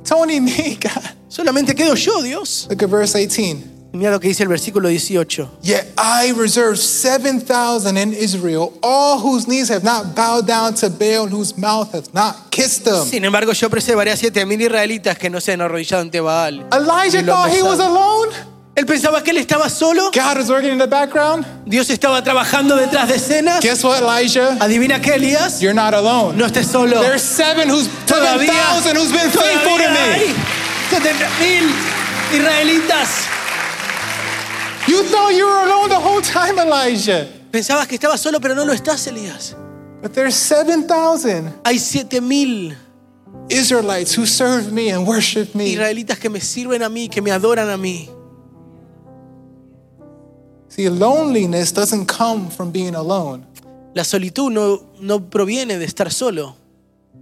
Speaker 1: It's only me, God.
Speaker 2: Solamente quedo yo, Dios.
Speaker 1: Look at verse 18.
Speaker 2: Mira lo que dice el versículo 18.
Speaker 1: Yet I reserve 7,000 in Israel, all whose knees have not bowed down to Baal, and whose mouth hath not kissed him.
Speaker 2: Sin embargo, yo preservaré a siete mil israelitas que no se han arrodillado ante Baal.
Speaker 1: Elijah
Speaker 2: Y lo
Speaker 1: thought he was
Speaker 2: abrazaron.
Speaker 1: alone.
Speaker 2: Él pensaba que él estaba solo.
Speaker 1: God was working in the background.
Speaker 2: Dios estaba trabajando detrás de escenas.
Speaker 1: Guess what, Elijah?
Speaker 2: Adivina qué, Elías.
Speaker 1: You're not alone.
Speaker 2: No estés solo.
Speaker 1: There's seven who's seven
Speaker 2: Todavía.
Speaker 1: thousand who's been faithful to
Speaker 2: todavía
Speaker 1: me.
Speaker 2: hay 70.000 israelitas.
Speaker 1: You thought you were alone the whole time, Elijah.
Speaker 2: Pensabas que estabas solo, pero no lo estás, Elías.
Speaker 1: But there's 7,000
Speaker 2: Hay 7000
Speaker 1: Israelites who served me and worshiped me.
Speaker 2: israelitas que me sirven a mí, que me adoran a mí.
Speaker 1: See, loneliness doesn't come from being alone.
Speaker 2: La solitud no, no proviene de estar solo.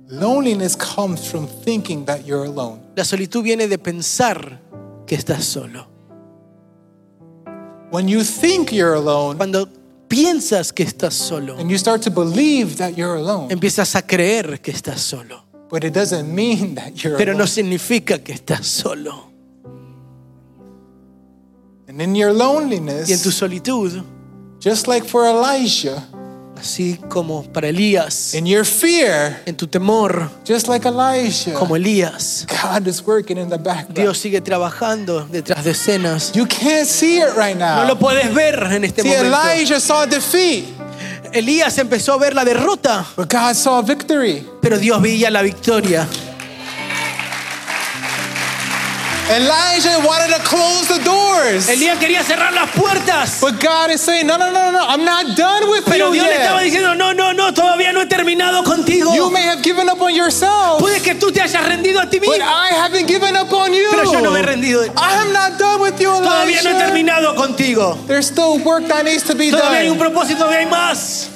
Speaker 1: Loneliness comes from thinking that you're alone.
Speaker 2: La solitud viene de pensar que estás solo.
Speaker 1: When you think you're alone
Speaker 2: Cuando piensas que estás solo,
Speaker 1: and you start to believe that you're alone,
Speaker 2: empiezas a creer que estás solo.
Speaker 1: but it doesn't mean that you're
Speaker 2: Pero no
Speaker 1: alone.
Speaker 2: significa que estás solo.
Speaker 1: And in your
Speaker 2: Y en tu
Speaker 1: loneliness,
Speaker 2: solitud,
Speaker 1: just like for Elijah,
Speaker 2: así como para Elías,
Speaker 1: in your fear,
Speaker 2: en tu temor,
Speaker 1: just like
Speaker 2: como
Speaker 1: Elijah,
Speaker 2: Elías,
Speaker 1: God is working in the background.
Speaker 2: Dios sigue trabajando detrás de escenas.
Speaker 1: You can't see it right
Speaker 2: No lo
Speaker 1: now.
Speaker 2: puedes ver en este
Speaker 1: See,
Speaker 2: momento.
Speaker 1: Elijah saw defeat,
Speaker 2: Elías empezó a ver la derrota,
Speaker 1: but God saw victory.
Speaker 2: pero Dios veía la victoria.
Speaker 1: Elijah wanted to close the doors,
Speaker 2: Elías quería cerrar las puertas,
Speaker 1: but God is saying, No, no, no, no, no, I'm not done with
Speaker 2: pero
Speaker 1: you
Speaker 2: Dios le estaba
Speaker 1: yet.
Speaker 2: diciendo, no, no, no, todavía no he terminado
Speaker 1: You
Speaker 2: contigo.
Speaker 1: may have given up on yourself,
Speaker 2: Puede que tú te hayas rendido a ti
Speaker 1: but
Speaker 2: mismo.
Speaker 1: I haven't given up on you.
Speaker 2: Pero yo no me he rendido de ti.
Speaker 1: I am not done with you,
Speaker 2: Todavía no he
Speaker 1: Elijah.
Speaker 2: terminado contigo.
Speaker 1: There's still work that needs to be
Speaker 2: Todavía hay un
Speaker 1: done.
Speaker 2: propósito, todavía hay más.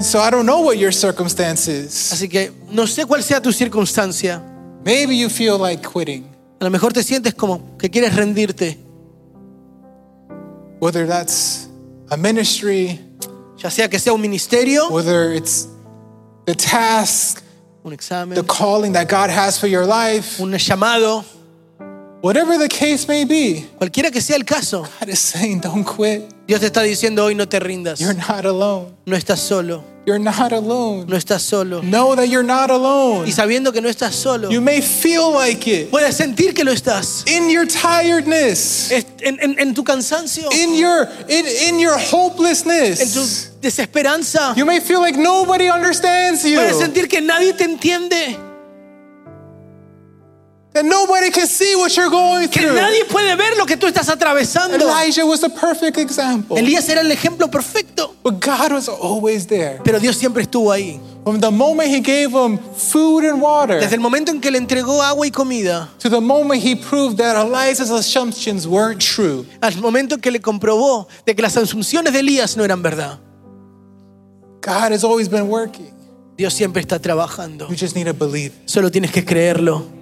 Speaker 1: So I don't know what your circumstance is.
Speaker 2: Así que no sé cuál sea tu circunstancia.
Speaker 1: Maybe you feel like quitting,
Speaker 2: A lo mejor te sientes como que quieres rendirte,
Speaker 1: whether that's a ministry,
Speaker 2: ya sea que sea un ministerio,
Speaker 1: whether it's the task,
Speaker 2: un
Speaker 1: the
Speaker 2: examen,
Speaker 1: calling that God has for your life,
Speaker 2: un llamado,
Speaker 1: whatever the case may be,
Speaker 2: cualquiera que sea el caso.
Speaker 1: God is saying, don't quit.
Speaker 2: Dios te está diciendo hoy no te rindas.
Speaker 1: You're not alone.
Speaker 2: No estás solo,
Speaker 1: You're not alone.
Speaker 2: no estás solo.
Speaker 1: Know that you're not alone.
Speaker 2: Y sabiendo que no estás solo,
Speaker 1: You may feel like it
Speaker 2: puedes sentir que lo estás.
Speaker 1: in your tiredness,
Speaker 2: Es- En, en- en tu cansancio,
Speaker 1: in your in, in your
Speaker 2: en tu
Speaker 1: hopelessness.
Speaker 2: desesperanza,
Speaker 1: You may feel like nobody understands you.
Speaker 2: puedes sentir que nadie te entiende,
Speaker 1: That nobody can see what you're going
Speaker 2: que
Speaker 1: through.
Speaker 2: nadie puede ver lo que tú estás atravesando.
Speaker 1: Elijah was a perfect example.
Speaker 2: Elías era el ejemplo perfecto,
Speaker 1: But God was always there.
Speaker 2: pero Dios siempre estuvo ahí.
Speaker 1: From the moment he gave him food and water
Speaker 2: Desde el momento en que le entregó agua y comida,
Speaker 1: to the moment he proved that Elijah's assumptions weren't true.
Speaker 2: al momento en que le comprobó de que las asunciones de Elías no eran verdad,
Speaker 1: God has always been working.
Speaker 2: Dios siempre está trabajando.
Speaker 1: You just need to believe.
Speaker 2: Solo tienes que creerlo.